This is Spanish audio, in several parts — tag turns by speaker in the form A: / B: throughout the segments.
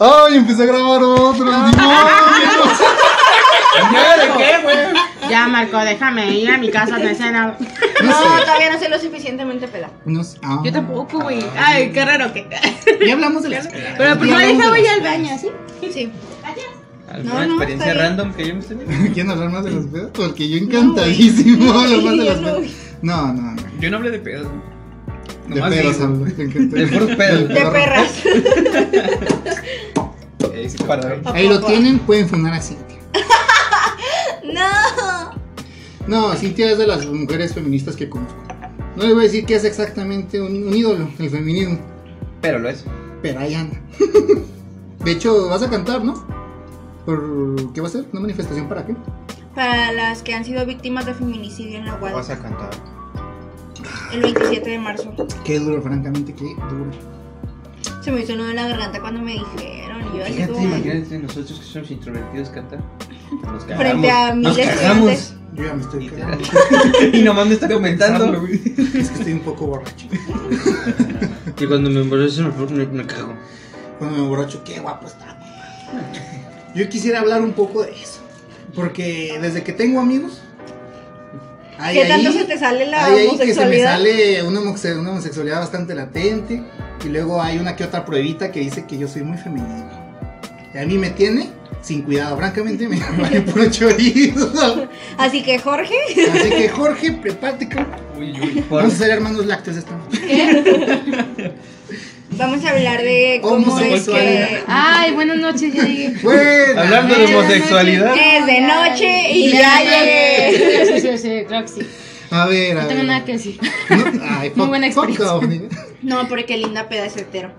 A: ¡Ay, empecé a grabar otro!
B: Ah.
A: ¡Demonios!
C: ¿De qué, güey?
D: Ya, Marco, déjame ir a mi casa a cena.
A: No
B: No,
A: sé.
B: todavía no soy lo suficientemente pelada.
A: No sé. Ah.
D: Yo tampoco, güey. Ay, qué raro que.
A: Ya hablamos de la escuela.
D: Pero
B: pues,
A: Ya
D: primero
A: hablamos de
D: deja, voy
A: la-
D: al baño, ¿sí?
B: Sí.
C: ¿Alguna
B: no,
C: experiencia
B: está bien.
C: random que hayamos tenido?
A: ¿Quieren hablar más de las pedas? Porque yo encantadísimo
B: No, güey.
A: hablo más de
B: No,
A: las
B: no,
A: pedas. No, no, no.
C: Yo no hablé de pedos, güey.
A: De
C: Nomás
A: pedos
C: digo.
A: hablo. me encanta.
C: De puros pedos.
A: Del
B: De
A: perro.
B: perras.
C: Eh, sí, para-
A: Ahí lo tienen, pueden funar a Cintia.
B: No.
A: No, Cintia es de las mujeres feministas que conozco. No le voy a decir que es exactamente un, un ídolo, el feminismo,
C: Pero lo es.
A: pero ahí anda. De hecho, vas a cantar, ¿no? ¿Por qué va a ser? ¿Una manifestación para qué?
B: Para las que han sido víctimas de feminicidio en la
C: Vas
B: UAD
C: a cantar.
B: el 27 de marzo.
A: Qué duro, francamente, qué duro.
B: Se me hizo un nudo en la garganta cuando me dijeron. Y yo así
C: Fíjate,
B: como.
C: imagínate nosotros que somos introvertidos cantar. Nos cagamos.
B: Frente a
C: Nos
B: miles de
C: cagamos.
A: Yo ya me estoy cagando.
C: Y nomás me está comentando.
A: Es que estoy un poco borracho.
E: Y cuando me emborracho me, me cago.
A: Cuando me borracho, qué guapo está. Yo quisiera hablar un poco de eso. Porque desde que tengo amigos. hay
B: ¿Qué
A: ahí-
B: tanto se te sale la
A: Hay ahí que se me
B: homosexualidad?
A: sale una, homosex- una homosexualidad bastante latente. Y luego hay una que otra pruebita que dice que yo soy muy femenino. Y a mí me tiene sin cuidado. Francamente, me vale puro chorizo.
B: Así que Jorge,
A: Así que, Jorge, prepárate, cabrón.
C: Uy, uy, por-
A: Vamos a ser hermanos lácteos esta noche.
B: vamos a hablar de cómo es que.
A: Homosexualidad.
D: Ay, buenas noches, ya llegué.
A: Bueno,
C: Hablando de homosexualidad.
B: Es de noche y ya llegué.
D: Sí, sí, sí, creo que sí.
A: A ver, a
D: No
A: ver.
D: tengo nada que decir.
A: No, ay,
D: Muy
A: fuck-
D: buena
A: fuck
D: experiencia.
A: off, nigga.
B: No, porque Linda Peda es hetero.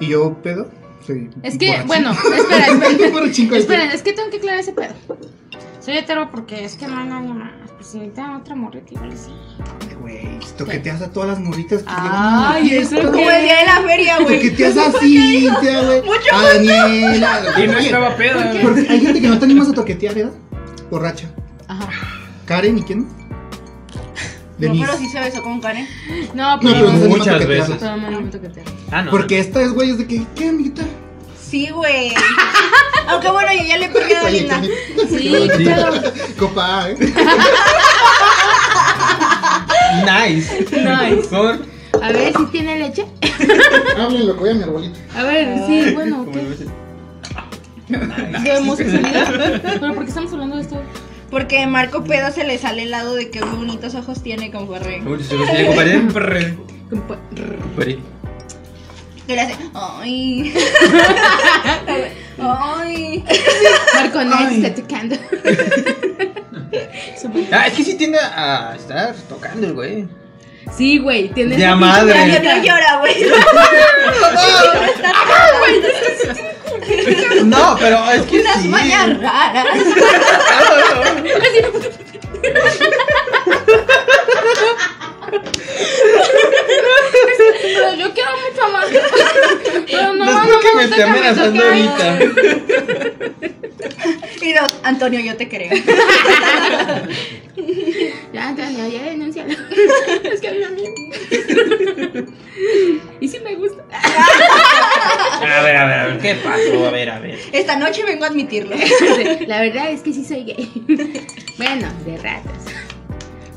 A: ¿Y yo pedo? Soy
D: Es que,
A: borracho.
D: bueno, espera, espera.
A: Borracho, chico,
D: Esperen, es que tengo que aclarar ese pedo. Soy hetero porque es que no hay nadie más. Pues si necesitan otra morrita, igual y sí.
A: Ay, Güey, toqueteas a todas las morritas que
D: Ay,
A: llegan a la
D: eso
A: fiesta,
B: Como el día de la feria,
A: güey.
B: güey.
A: Toqueteas a Cintia, güey.
B: Mucho
A: A Daniela.
C: Y no
A: Oye,
C: estaba peda.
A: Porque hay gente que no te animas a toquetear, ¿verdad? Borracha.
D: Ajá.
A: Karen, ¿y quién?
B: No,
A: Denise.
B: pero sí se besó con Karen.
D: No,
A: No, pero no se
D: pero.
A: animan a
E: Muchas
A: toquetearla.
E: veces.
D: Pero me lo meto que te.
E: Ah, no.
A: Porque esta es, güey, es de que, ¿qué, amiguita?
B: Sí, güey. Aunque bueno, yo ya le he perdido a
A: Oye,
B: Linda.
D: Sí,
E: Sí.
D: pero.
A: Copa A, ¿eh?
C: Nice.
D: Nice.
C: Por-
D: A ver si tiene leche.
A: Háblenlo, voy a mi arbolito.
D: A ver, sí, bueno,
C: Como
D: ¿qué?
C: lo ves.
D: De homosexualidad. Pero ¿por qué estamos hablando de esto?
B: Porque Marco Peda se le sale el lado de que bonitos ojos tiene con Ferre.
E: Uy, se me sale, compadre. Prr, compadre.
B: Que le hace. ¡Ay! ¡Ay!
D: Marco Nex está tocando.
C: Ah, es que sí tiende a estar tocando el güey.
D: Sí, güey, tiene.
C: Ya
D: esa
C: madre.
B: Ya
D: pinche
B: que no
D: galleta.
B: llora, güey.
C: No, pero es que
B: Unas
C: sí.
B: mañas raras.
D: Pero yo quiero mucho a Marco. Pero
C: No
D: no,
C: es
D: no,
C: porque
D: no
C: me esté
D: sácame,
C: amenazando
D: sácame.
C: ahorita.
B: Y dos, Antonio, yo te creo.
D: Ya, Antonio, ya denúncialo. Es que a mí me Y si me gusta.
E: A ver, a ver, a ver. ¿Qué pasó? A ver, a ver.
B: Esta noche vengo a admitirlo.
D: La verdad es que sí soy gay. Bueno, de ratas.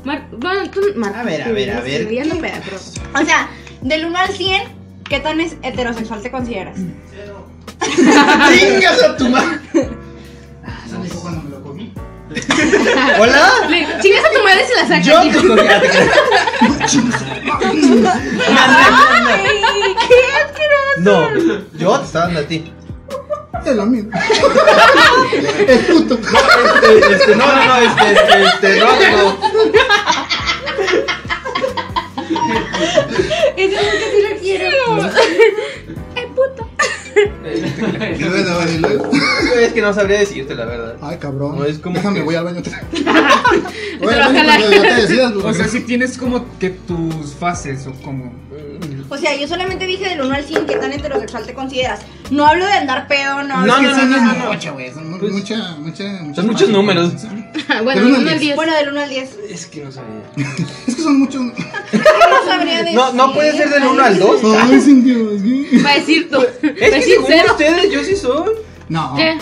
D: Mar bueno, tú, Marco.
C: A ver, a ver, a ver.
D: Ya no pedas, pero-
B: O sea, del 1 al 100, ¿qué tan es- heterosexual te consideras?
C: ¡Chingas a tu madre!
A: Ah, se me dijo cuando me lo comí.
C: ¡Hola!
D: Le chingas a tu madre si la sacas.
C: Yo
D: hijo.
C: te cogía.
B: ¡Ay! ¡Qué asqueroso!
C: No, yo te estaba dando a ti.
A: Es lo mismo. Es puto.
C: Este, este, no, no, no, este, este, este, no, no.
D: Eso es lo que sí lo quiero. Ay, puto.
A: Y luego, bueno, y luego.
C: Es que no sabría decirte la verdad.
A: Ay, cabrón.
C: No, es como
A: Déjame,
C: que-
A: voy al baño. otra vez.
D: Se
A: Voy
D: lo
A: al baño
D: jala.
A: cuando ya te decidas.
F: O
A: pues,
F: sea, si tienes como que tus fases o como.
B: O sea, yo solamente dije del 1 al 100 qué tan heterosexual te consideras. No hablo de andar pedo, no hablo
A: es
B: de
A: que
C: no,
A: son
C: no,
A: las
C: no, no.
A: mucho, güey. Son mu-
C: Pues-
A: mucha, mucha, mucha
E: muchos números.
A: Son
D: Ah, bueno,
A: Del uno al
D: del 1 al
A: diez.
D: 10.
B: Bueno, del 1 al 10.
G: Es que no sabía.
A: Es que son muchos.
B: No sabría decir. ¿eh?
E: No, no puede ser del 1 al 2.
A: Ay, sin Dios, ¿qué?
D: Va a decir tú.
E: Es que
D: Pues
E: según este-
D: sincero.
E: ustedes, yo sí soy.
A: No.
D: ¿Qué?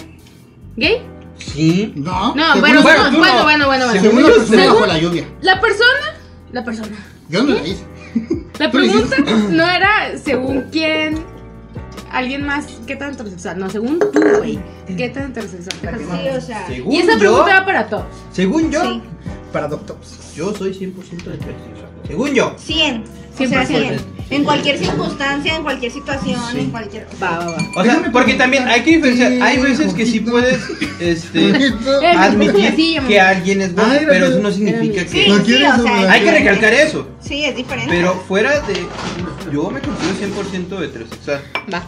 D: ¿Gay?
E: Sí.
A: No.
D: No,
A: según-
D: bueno,
E: bueno,
D: bueno,
E: tú
D: bueno,
E: no.
D: bueno, bueno, bueno.
A: Según la
E: Según-
A: persona
D: según-
A: bajo la lluvia.
D: La persona, la persona.
A: Yo no la hice.
D: La
A: Tú dijiste.
D: pregunta no era según quién, alguien más, qué tan heterosexual. No, según tú, güey. ¿Qué tan heterosexual?
A: Para que no-
B: Pues Sí, o sea.
E: Según
D: Y esa
E: yo,
D: pregunta era para todos.
E: según yo,
B: Sí.
A: Para Doctops.
E: yo soy 100% de Según yo.
B: 100. O sea,
D: 100%.
B: 100. En cualquier circunstancia, en cualquier situación, en cualquier.
D: Va, va, va.
E: O sea,
A: Déjame
E: porque también hay que diferenciar. Hay veces que sí
A: Jorgito.
E: puedes este,
D: Eh, sí,
E: admitir
D: llámame.
E: que alguien es bueno,
A: Ay, era
E: pero
A: mi-
E: eso no significa
A: era
B: Sí,
E: que.
A: ¿No
B: sí,
A: quieres
B: o sea.
A: hablar?
E: Hay que recalcar eso.
B: Sí, es diferente.
E: Pero fuera de. Yo me considero 100% heterosexual.
D: va.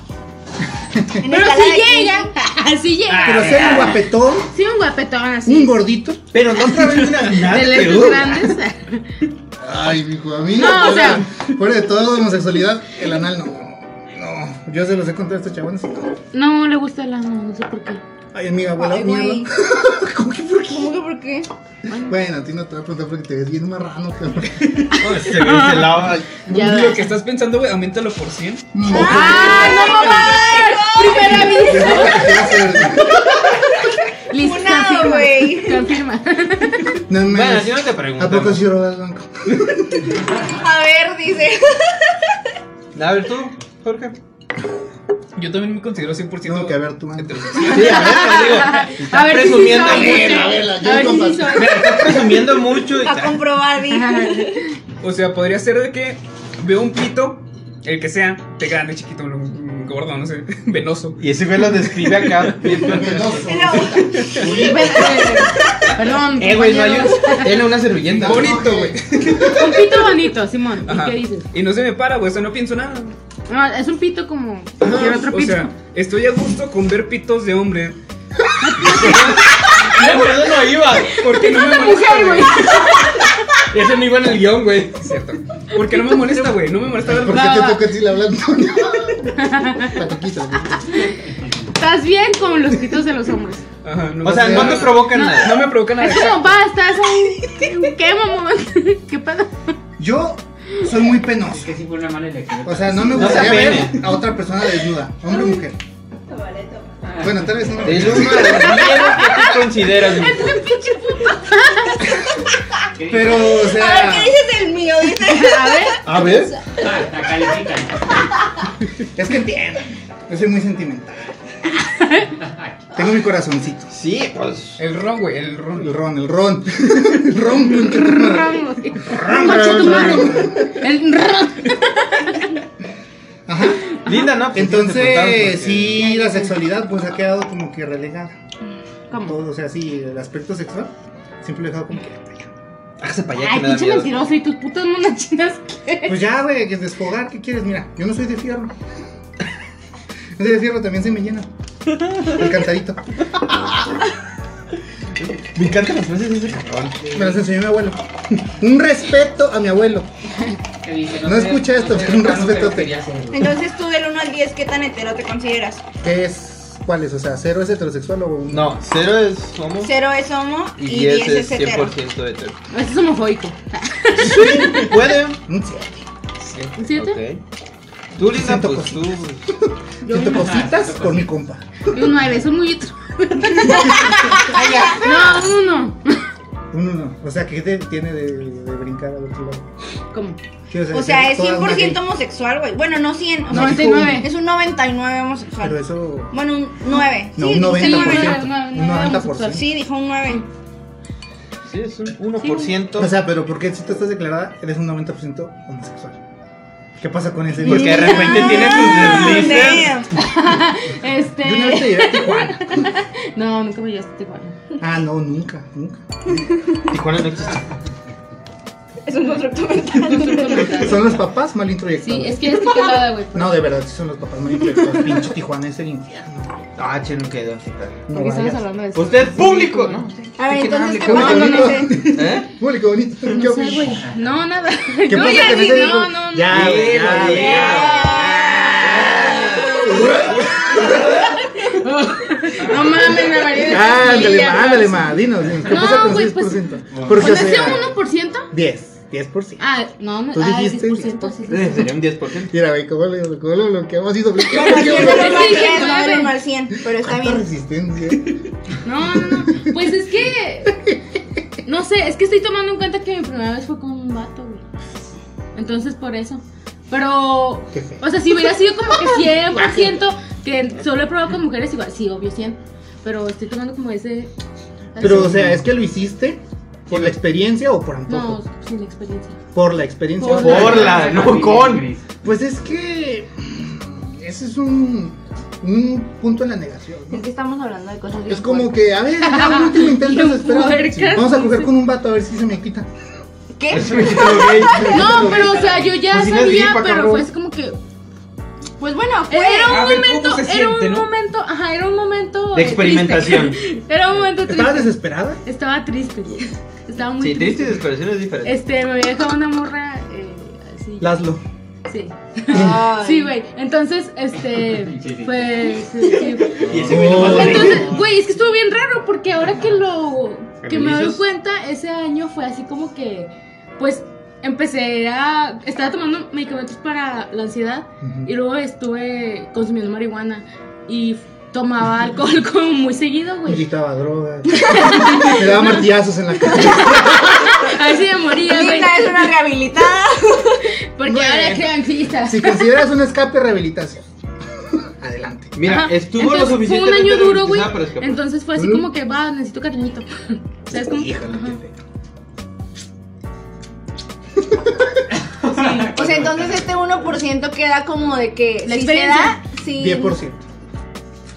B: En
D: Pero
B: escala
D: si
B: de
D: llega,
B: 15.
D: si
E: Ah,
D: llega.
A: Pero ser un guapetón,
D: Sí, un guapetón así.
A: un gordito.
E: Pero no una
D: De
E: nada
D: lentes
E: peludo.
D: grandes.
A: Ay, mijo, a mí.
D: No, o
A: fuera-
D: sea.
A: Fuera de toda homosexualidad, el anal no. No. Yo se los he contado a estos chabones. no.
D: No le gusta el ano, no sé por qué.
A: Ay, amiga, abuela,
B: Ay,
A: mierda.
B: güey.
A: ¿Cómo que por qué?
B: ¿Cómo que por qué?
A: Bueno, a ti no te voy a preguntar porque te ves bien marrano, cabrón.
E: Se ve ese lado.
D: Ya
F: Lo
D: va.
F: que estás pensando, güey, aumentalo por 100.
A: No,
D: ¡Ah, no mamá! ¡Primera vez! Listo,
B: Una,
D: confirma.
B: güey.
D: Confirma.
A: no me
E: Bueno, si no te
A: ¿A poco
E: preguntas.
A: sí robas banco?
B: A ver, dice.
E: A ver tú, Jorge.
F: Yo también me considero 100%
A: Tengo que ver tu mano.
F: heterosexual.
E: Sí, a ver, te digo.
D: A
E: Estás
D: ver si sí soy.
E: presumiendo
D: A
E: mucho.
D: ver,
A: Vela, vela, yo
D: si sí
A: comparto.
D: soy.
E: Mira, Estás presumiendo mucho y
B: A
E: tal.
B: comprobar, dice.
F: O sea, podría ser de que veo un pito, el que sea, de grande, chiquito, mm, gordo, no sé, venoso.
E: Y ese güey lo describe acá.
B: No.
D: Perdón,
E: Eh, güey, no hay
D: compañero.
E: un. Tiene una servilleta.
F: Bonito, güey.
D: Un pito bonito, Simón. ¿Y qué dices?
F: Y no se me para, güey, o sea, no pienso nada.
D: No, es un pito como cualquier
F: Ajá,
D: otro
F: o
D: pito.
F: sea, estoy a gusto con ver pitos de hombre.
E: No, por eso no iba.
F: Porque no me molesta,
D: mujer,
F: güey.
D: güey.
E: Eso no iba en el guión, güey.
F: Es Cierto. Porque no me molesta, güey. No me molesta ver
A: ¿Por qué
D: Va,
A: te
D: va.
A: toca así la hablando? La coquita.
D: Estás bien con los pitos de los hombres.
F: Ajá, no
E: O sea,
F: me-
E: no te provoca
F: No
E: nada.
F: me provoca nada.
D: Es como, va, estás ahí. ¿Qué, mamón? ¿Qué pedo?
A: Yo soy muy penoso.
G: que sí fue una mala elección.
A: O sea, no me
E: No
A: gustaría
E: se apene.
A: ver a otra persona desnuda, hombre o mujer. Bueno, tal vez no.
E: Del uno al diez, ¿qué tú consideras? güey?
A: Pero, o
B: A ver,
A: sea,
B: ¿qué dices del mío? Dice.
D: A ver,
E: A ver.
G: La califican.
A: es que entiendo. Yo soy muy sentimental. Tengo mi corazoncito.
E: Sí, pues.
F: El ron, güey, el
A: El
F: ron.
A: ron, el ron. El ron, concha tu madre.
D: Ron, güey. Concha tu madre. El ron.
A: Ajá.
E: Linda, ¿no? Pues, te preguntaron porque-
A: Entonces, sí, la sexualidad pues ha quedado como que relegada.
D: ¿Cómo?
A: Todo, o sea, sí, el aspecto sexual siempre lo he dejado como que.
E: Hágase para allá
D: Ay,
E: que me da
D: pinche
E: miedo.
D: mentiroso. ¿Y tus putas monachinas qué?
A: Pues ya, güey, que desfogar, ¿qué quieres? Mira, yo no soy de fierro. No soy de fierro, también se me llena. El cansadito.
E: Me encantan las frases de ese cabrón.
A: Me las enseñó mi abuelo. Un respeto a mi abuelo.
G: Que dice,
A: No escucha esto,
G: sé,
A: pero un
G: no sé lo que
A: respeto te-
G: quería hacer, güey.
B: Entonces tú del 1 al 10, ¿qué tan hetero te consideras?
A: ¿Qué es? ¿Cuál es? O sea, ¿cero es heterosexual o un-
E: No, cero es homo
B: 0 es homo
E: y
B: y 10
E: diez es
B: es hetero.
E: 100% hetero.
D: Eso es homofóbico.
E: Puede.
A: Un siete.
D: ¿Un siete?
E: Ok. Tú, Linda,
A: Siento
E: pues tú.
A: Siento cositas por mi compa.
D: Y un 9, son muy otro. No, uno.
A: Un uno. O sea, ¿qué te tiene de, de brincar al otro lado?
D: ¿Cómo?
A: ¿Qué,
B: O sea, es
A: todas
B: 100%
A: más
B: homosexual, güey. Bueno, no 100, o sea,
D: 99.
B: es un 99
A: gay. Pero
B: homosexual.
A: eso.
B: Bueno, un 9.
A: No,
B: sí,
A: un 90%.
B: dijo un
D: no, no, no,
A: un
D: no,
A: 90%.
B: Sí, dijo un 9.
E: Sí, es un 1%.
A: O sea, pero ¿por qué si tú estás declarada eres un 90% homosexual? ¿Qué pasa con ese?
E: Porque de repente tiene
B: Ah,
E: sus deslices.
A: Yo una vez
D: Este.
A: te llevé a Tijuana.
D: No, nunca me llevaste a Tijuana.
A: Ah, no, nunca, nunca.
E: Tijuana no existe.
B: Es un constructo mental.
A: Son los papás mal introyectados.
D: Sí, es que eres calada, güey.
A: No, de verdad, sí son los papás mal introyectados. Pinche Tijuana es el infierno.
E: Ah, che, no quedó.
A: No
D: Porque estamos
A: vayas.
D: hablando de eso.
E: Usted público, ¿no?
B: A ver,
A: Es que no
B: entonces,
A: hable,
B: ¿qué
A: qué
B: pasa con
A: bonito.
B: ese?
E: ¿Eh?
A: Público bonito.
D: No sé, güey. No, nada.
A: ¿Qué
D: no,
A: pasa
D: ya
A: con
D: sí,
A: ese
D: no,
A: dijo?
D: no, no.
A: Ya, güey, ya, güey.
D: Ah.
B: No mames, me amaría de
A: Ándale,
B: tortilla,
A: ma, ándale,
B: güey.
A: ma, dinos, dinos, ¿qué
D: No,
A: pasa con
D: güey,
A: 6%?
D: pues,
A: Porque,
D: ¿Con
A: o
D: ese
A: sea,
D: 1%?
A: 10, 10%.
D: Ah, no, no,
A: Tú
D: ah, el
A: dijiste Eh.
D: 10%, sí, sí.
C: Sería un 10%.
A: Mira, ve cómo lo, cómo lo bloqueamos y
B: Bueno,
A: duplicamos.
B: aquí es
A: Qué
B: del
A: bueno.
B: uno al
D: Sí, sí,
B: diez, no
D: nueve.
B: del uno al 100, pero está
A: Cuánta
B: bien.
A: resistencia.
D: No, no, no. Pues es que. No sé, es que estoy tomando en cuenta que mi primera vez fue con un vato, güey. Entonces por eso. Pero.
A: Qué feo.
D: O sea, si hubiera sido como que 100% que solo he probado con mujeres, igual. Sí, obvio, 100. Pero estoy tomando como ese.
A: Pero, o sea, ¿es que lo hiciste por la experiencia o por antojo?
D: No, sin experiencia.
A: Por la experiencia.
D: Por
C: Por la, no con.
E: Gris.
A: Pues es que ese es un, un punto en la negación. ¿no?
B: Es que estamos hablando de cosas bien
A: Es como
B: fuertes.
A: que, a ver, ya un último intento
D: Bien
A: desesperado.
D: puercas.
A: Sí. Vamos a coger con un vato a ver si se me quita.
B: ¿Qué?
D: No, pero o sea, yo ya
C: Pues si no es
D: sabía,
C: gripa,
D: pero
C: cabrón.
D: fue así como que.
B: Pues bueno, fue.
D: Era un
E: Eh, A ver, ¿cómo
D: momento,
E: se
D: era
E: siente,
D: un
E: no?
D: momento, ajá, era un
C: De
D: momento. eh, triste.
C: experimentación.
D: Era un momento
A: ¿Estabas
D: triste.
A: desesperada?
D: Estaba triste. güey. Estaba muy
C: Sí, triste y
D: triste.
C: desesperación es diferente.
D: Este, me había dejado una morra eh, así.
A: Laszlo.
D: Sí.
B: Ay.
D: Sí, güey. Entonces, este.
E: Sí, sí.
D: Pues. sí, sí.
C: Y ese güey nomás
A: Oh.
C: le dijo,
D: Entonces, güey, es que estuvo bien raro porque ahora que lo. que me doy
C: ¿Feminicidios?
D: cuenta, ese año fue así como que. Pues empecé a. Estaba tomando medicamentos para la ansiedad y luego estuve consumiendo marihuana y tomaba alcohol como muy seguido, güey.
A: Inyectaba drogas. Me daba martillazos en la cabeza.
D: A ver si me moría, güey.
B: Linda es una rehabilitada.
D: Porque
A: Bueno.
D: ahora crean fiestas.
A: Si consideras un escape, rehabilitación. Adelante.
C: Mira,
D: Ajá.
C: estuvo
D: Entonces,
C: lo suficiente.
D: Fue un año duro, güey.
C: Para escapar.
D: Entonces fue así
A: Ujú.
D: como que va, necesito cariñito. ¿Sabes cómo?
A: Híjole,
D: Ajá.
A: qué feo.
B: O sea, entonces este 1% queda como de que
D: La
B: si se
D: experiencia.
B: da, sí.
A: 10%.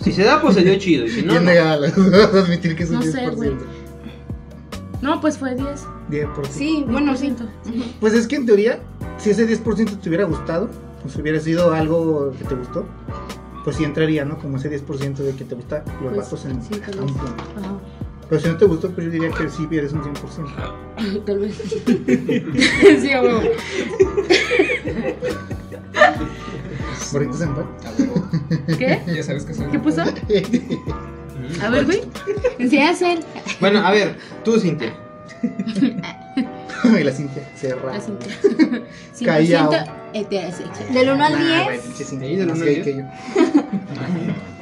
C: Si se da, pues se dio chido. Y si no,
A: Bien
C: no.
A: negada, la- admitir que es un
D: No sé,
A: 10%.
D: No, pues fue 10.
A: 10%.
B: Sí, bueno, sí.
A: Pues es que en teoría, si ese 10% te hubiera gustado, pues hubiera sido algo que te gustó, pues sí entraría, ¿no? Como ese 10% de que te gusta los
D: Pues,
A: vatos en
D: sí, tal
A: a un
D: vez.
A: punto.
D: Ajá.
A: Pero si no te gustó, pues yo diría que sí eres un
C: Ah,
A: 100%.
D: Tal vez. sí, a huevo.
C: pues
A: Morritos en paz.
D: ¿Qué?
F: Ya sabes que soy.
D: ¿Qué puso? A ver, güey. Enseñas él.
C: Bueno, a ver, tú, Cintia.
A: y la Cintia cerra.
D: Así.
A: Callao.
D: 100% heterosexual.
B: Del 1 al
A: Nah,
B: 10,
A: güey, pinche Cintia,
C: Sí, del
A: más
C: uno
A: gay
C: al
A: que yo.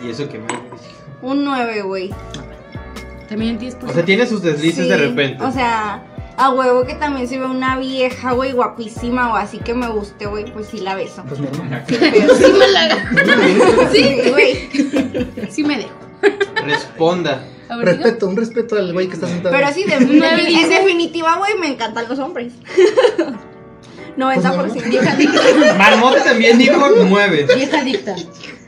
C: Y eso que mal.
B: un 9, güey.
D: También 10%.
C: O sea, tiene sus deslices
B: Sí,
C: de repente.
B: O sea, a huevo que también se ve una vieja, güey, guapísima o así que me guste, güey, pues sí la beso.
A: Pues mi hermana.
D: sí me la. sí,
B: güey.
D: sí me dejo.
C: Responda.
D: A ver, diga.
A: Respeto, un respeto al güey que está sentado.
B: Pero sí, de,
D: Un nueve,
B: en
D: dice.
B: definitiva, güey, me encantan los hombres.
A: Pues
B: 90%.
D: Vieja adicta.
C: Marmota también dijo 9.
D: Vieja adicta.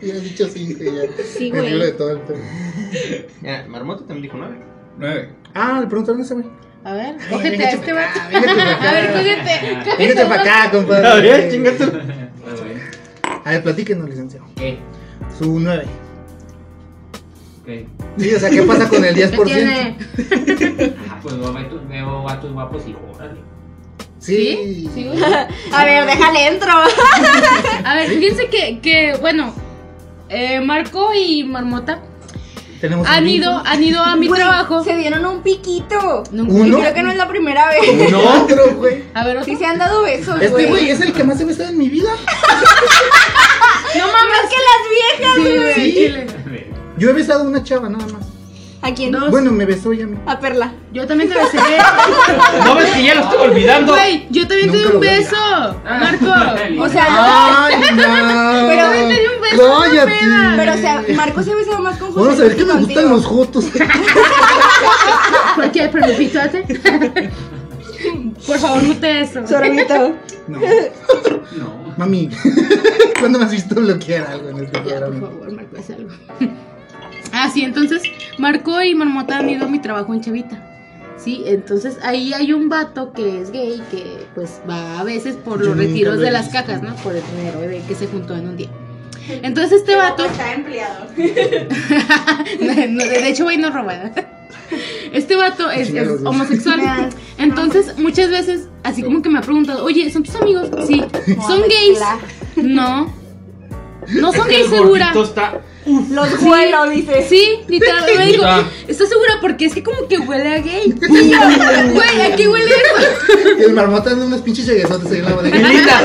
A: Ya has dicho Cintia ya.
B: Sí,
A: Me libro de
B: güey.
A: todo el pedo.
C: Marmota también dijo 9.
F: Nueve.
A: Ah, le preguntaron a ese güey.
D: A ver,
A: Véngate
D: cógete a este
A: pa'
D: vato.
A: acá, véngate pa' acá.
D: A ver, cógete.
A: Véngate para acá, compadre.
C: A ver, chinga tú.
A: A ver, platíquenos, licenciado.
E: ¿Qué?
A: Su 9.
E: ¿Qué?
A: Sí, o sea, ¿qué pasa con el
D: ¿Qué
A: 10%?
D: tiene?
E: Ah, pues veo vatos- veo vatos guapos y órale.
A: Sí.
D: Sí, güey.
B: A ver, déjale entro.
D: A ver, fíjense que, que bueno, eh, Marco y Marmota
A: Tenemos
D: han
A: un
D: ido,
A: hijo.
D: han ido a mi
B: Güey,
D: trabajo.
B: Se dieron un piquito.
D: Nunca-
A: Ah, Uno.
B: Y creo que no es la primera vez.
A: No, pero güey.
D: A ver, otro.
B: Sí se han dado besos, güey.
A: Este güey es el que más he besado en mi vida.
D: No mames.
B: Más que las viejas,
D: Sí,
B: güey.
D: güey,
A: Sí.
D: chile.
A: Yo he besado a una chava nada más.
B: ¿A quién?
D: No.
A: Bueno, me besó ya a mí.
B: A Perla.
D: Yo también te besé.
E: No ves que ya lo estoy olvidando.
D: Güey, yo también te
A: Nunca
D: di
A: lo Ah.
D: un
A: voy a
D: beso. Marco.
B: O sea,
A: Ay, no.
B: Pero
D: me dio un beso, no pedas.
B: pero o sea, Marco se ha besado más con José.
A: Vamos a ver qué me
B: contigo.
A: gustan los jotos.
D: ¿Por qué? ¿Por mi pitote? Por favor, no te eso.
B: Sorbito.
A: No.
E: No.
A: Mami, ¿cuándo me has visto bloquear algo en este
D: Ya, por
A: programa?
D: favor, Marco, haz algo. Ah, sí, entonces Marco y Marmota han ido a mi trabajo en Chavita. Sí, entonces ahí hay un vato que es gay que pues va a veces por
A: Yo
D: los
A: nunca
D: retiros
A: lo he
D: de las
A: visto.
D: cajas, ¿no? Por el dinero de que se juntó en un día. Entonces este vato,
B: Está empleado.
D: no, de hecho, güey, no roba. Este vato es,
A: Chinga
D: es
A: los dos.
D: homosexual. Entonces muchas veces, así como que me ha preguntado, oye, ¿son tus amigos? Sí. ¿Son
B: Homosexual.
D: gays? No. No son gays segura.
E: El gordito está
B: Los vuelo, dice.
D: Sí, literal, me dijo,
E: Ah.
D: ¿estás segura? Porque es que como que huele a gay. Y yo, güey, ¿a qué huele eso?
A: Y el marmota dando unos pinches lleguesotes ahí en la
E: Y
A: bodega.
E: linda.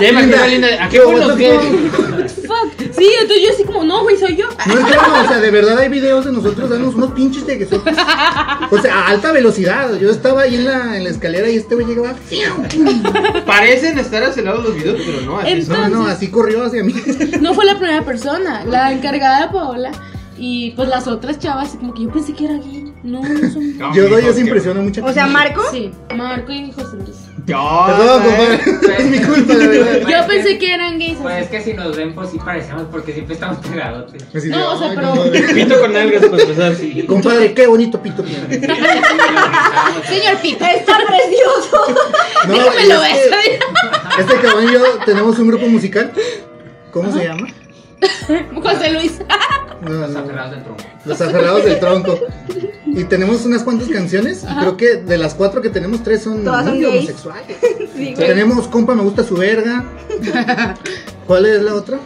E: Ya imagino linda. ¿A qué huelen los gays?
D: What the fuck? Sí, entonces yo así como, no, güey, soy yo.
A: No es broma, o sea, de verdad hay videos de nosotros dándonos unos pinches lleguesotes. O sea, a alta velocidad. Yo estaba ahí en la, en la escalera y este güey llegaba. ¡fiu!
C: Parecen estar acelerados los videos, pero no, así son.
A: No, no, así corrió hacia mí.
D: No fue la primera persona, la encargada de Paola. Y pues las otras chavas, como que yo pensé que era gay. No, no son gay.
C: No,
A: Yo
C: mijos,
A: doy esa
C: qué-
A: impresión a mucha
B: O sea,
A: gente.
B: Marco.
D: Sí, Marco y José Luis.
C: No,
A: Perdón,
C: eh,
A: compadre. Es mi culpa, la verdad.
D: Yo pensé que eran gays. así.
H: Pues es que si nos ven, pues sí parecemos porque siempre estamos pegadotes.
A: Así de,
D: No, o sea,
A: "Ay,
D: pero-
A: compadre.
E: Pito con algas, pues empezar así.
A: Compadre, qué bonito pito tiene.
D: Ah, Señor Pito,
B: Está precioso.
A: No,
D: déjame
A: y
D: lo
A: es
D: beso.
A: que Este cabrón y yo tenemos un grupo musical. ¿Cómo se llama?
D: José Luis.
A: No,
H: Los
A: no,
H: aferrados del tronco.
A: Los aferrados del tronco. Y tenemos unas cuantas canciones. Y creo que de las cuatro que tenemos, tres son
B: Todas son
A: muy
B: gays.
A: homosexuales.
B: Sí, güey.
A: Tenemos compa, me gusta su verga. ¿Cuál es la otra?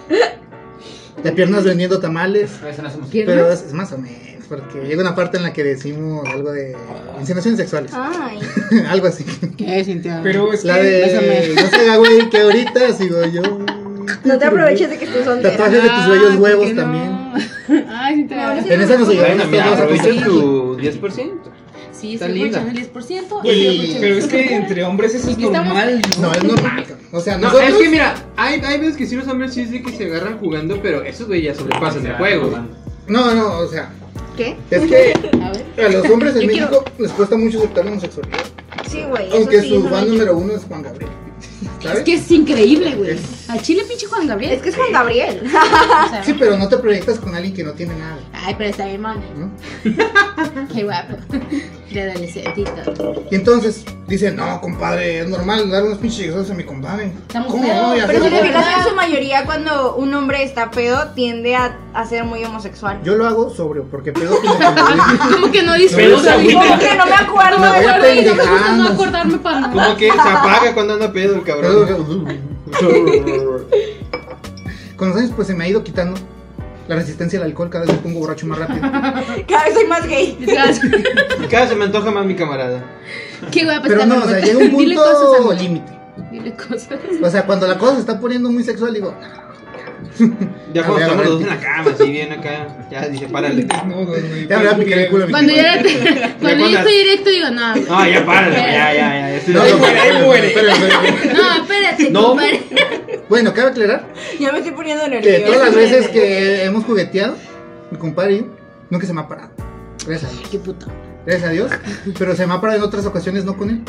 A: De piernas vendiendo tamales.
H: Pero eso no somos.
A: Pero es, es más o menos, porque llega una parte en la que decimos algo de insinuaciones sexuales.
B: Ay.
A: algo así.
I: ¿Qué, Cintia?
F: Pero es
A: La
F: que-
A: de
I: Bésame.
A: no se haga güey que ahorita sigo yo.
B: No te aproveches de que tú soltera.
A: Tatuajes de tus bellos
I: Ah,
A: huevos
I: ¿por qué
A: también.
I: no? Ay,
B: Me
I: Cintia.
B: hables
A: En esa nos ayudaron
C: Bueno,
A: hasta
C: mira,
A: dos
C: aprovecha
A: personas.
C: tu 10%.
D: Sí,
C: Está
D: estoy
C: linda.
D: aprovechando el 10%.
A: Y-
F: Pero es que entre hombres eso es
D: Aquí estamos.
F: normal.
A: No, es normal. cabrón. O sea,
C: No,
A: nosotros.
C: es que mira, hay, hay veces que sí los hombres sí es de que se agarran jugando, pero esos güey ya sobrepasan el juego.
A: No, no, o sea,
B: ¿Qué?
A: es que
D: A ver.
A: a los hombres en
D: Yo
A: México les cuesta mucho aceptar la homosexualidad.
B: Sí, güey. eso
A: Aunque
B: sí,
A: su
B: eso no
A: fan
B: es-
A: número uno es Juan Gabriel. ¿Sabes?
D: Es que es increíble, güey. A Chile, pinche Juan Gabriel.
B: Es que es Juan Gabriel.
D: O sea,
A: Sí, pero no te proyectas con alguien que no tiene nada.
D: Ay, pero está bien mal.
A: ¿no?
D: Qué guapo. De adolescentito.
A: Y entonces dice, no, compadre, es normal dar unos pinches llegados a mi compadre.
D: Estamos
A: ¿Cómo
D: feos,
A: no? Y
B: Pero
A: hacer
B: si te
A: algo-
B: fijas en su mayoría, cuando un hombre está pedo, tiende a, a ser muy homosexual.
A: Yo lo hago sobrio, porque pedo como que me voy-
D: Como que no dice.
E: Pero esa agüita.
B: ¿Por qué? No me acuerdo
A: Me voy
B: de
A: a
D: no me gusta
B: eso.
D: no
A: pendejando.
D: acordarme para nada.
C: Como que se apaga cuando anda pedo el cabrón.
A: Con los años pues se me ha ido quitando la resistencia al alcohol, cada vez me pongo borracho más rápido.
D: Pues
B: Cada vez soy más gay.
C: Cada vez se me antoja más mi camarada.
D: Qué guapa
A: Pero
D: está
A: no, o sea,
D: Margot.
A: llega un
D: pues, Dile cosas,
A: punto
D: amor.
A: límite.
D: Dile cosas.
A: O sea, cuando la cosa se está poniendo muy sexual, digo,
C: Ya
A: A
C: cuando estamos
A: ver, a ver.
C: los dos en la cama, así bien acá, ya dice, párale.
F: No, no, no,
A: ya me voy a picar el culo a mi
D: Cuando yo,
A: compadre.
D: era- cuando yo
C: cuentas.
D: estoy directo, digo, no. güey.
C: No, ya párale, ya, ya, ya. ya estoy-
A: No, no,
F: muere, ahí
A: espérame,
F: muere.
A: espérame, espérame.
D: No, espérate,
C: No.
D: compadre.
A: Bueno, cabe aclarar
B: Ya me estoy poniendo
A: que
B: nerviosa.
A: todas las veces que hemos jugueteado, mi compadre y yo, nunca se me ha parado. Gracias a Dios.
D: Qué puto.
A: Gracias a Dios. Pero se me ha parado en otras ocasiones, no con él,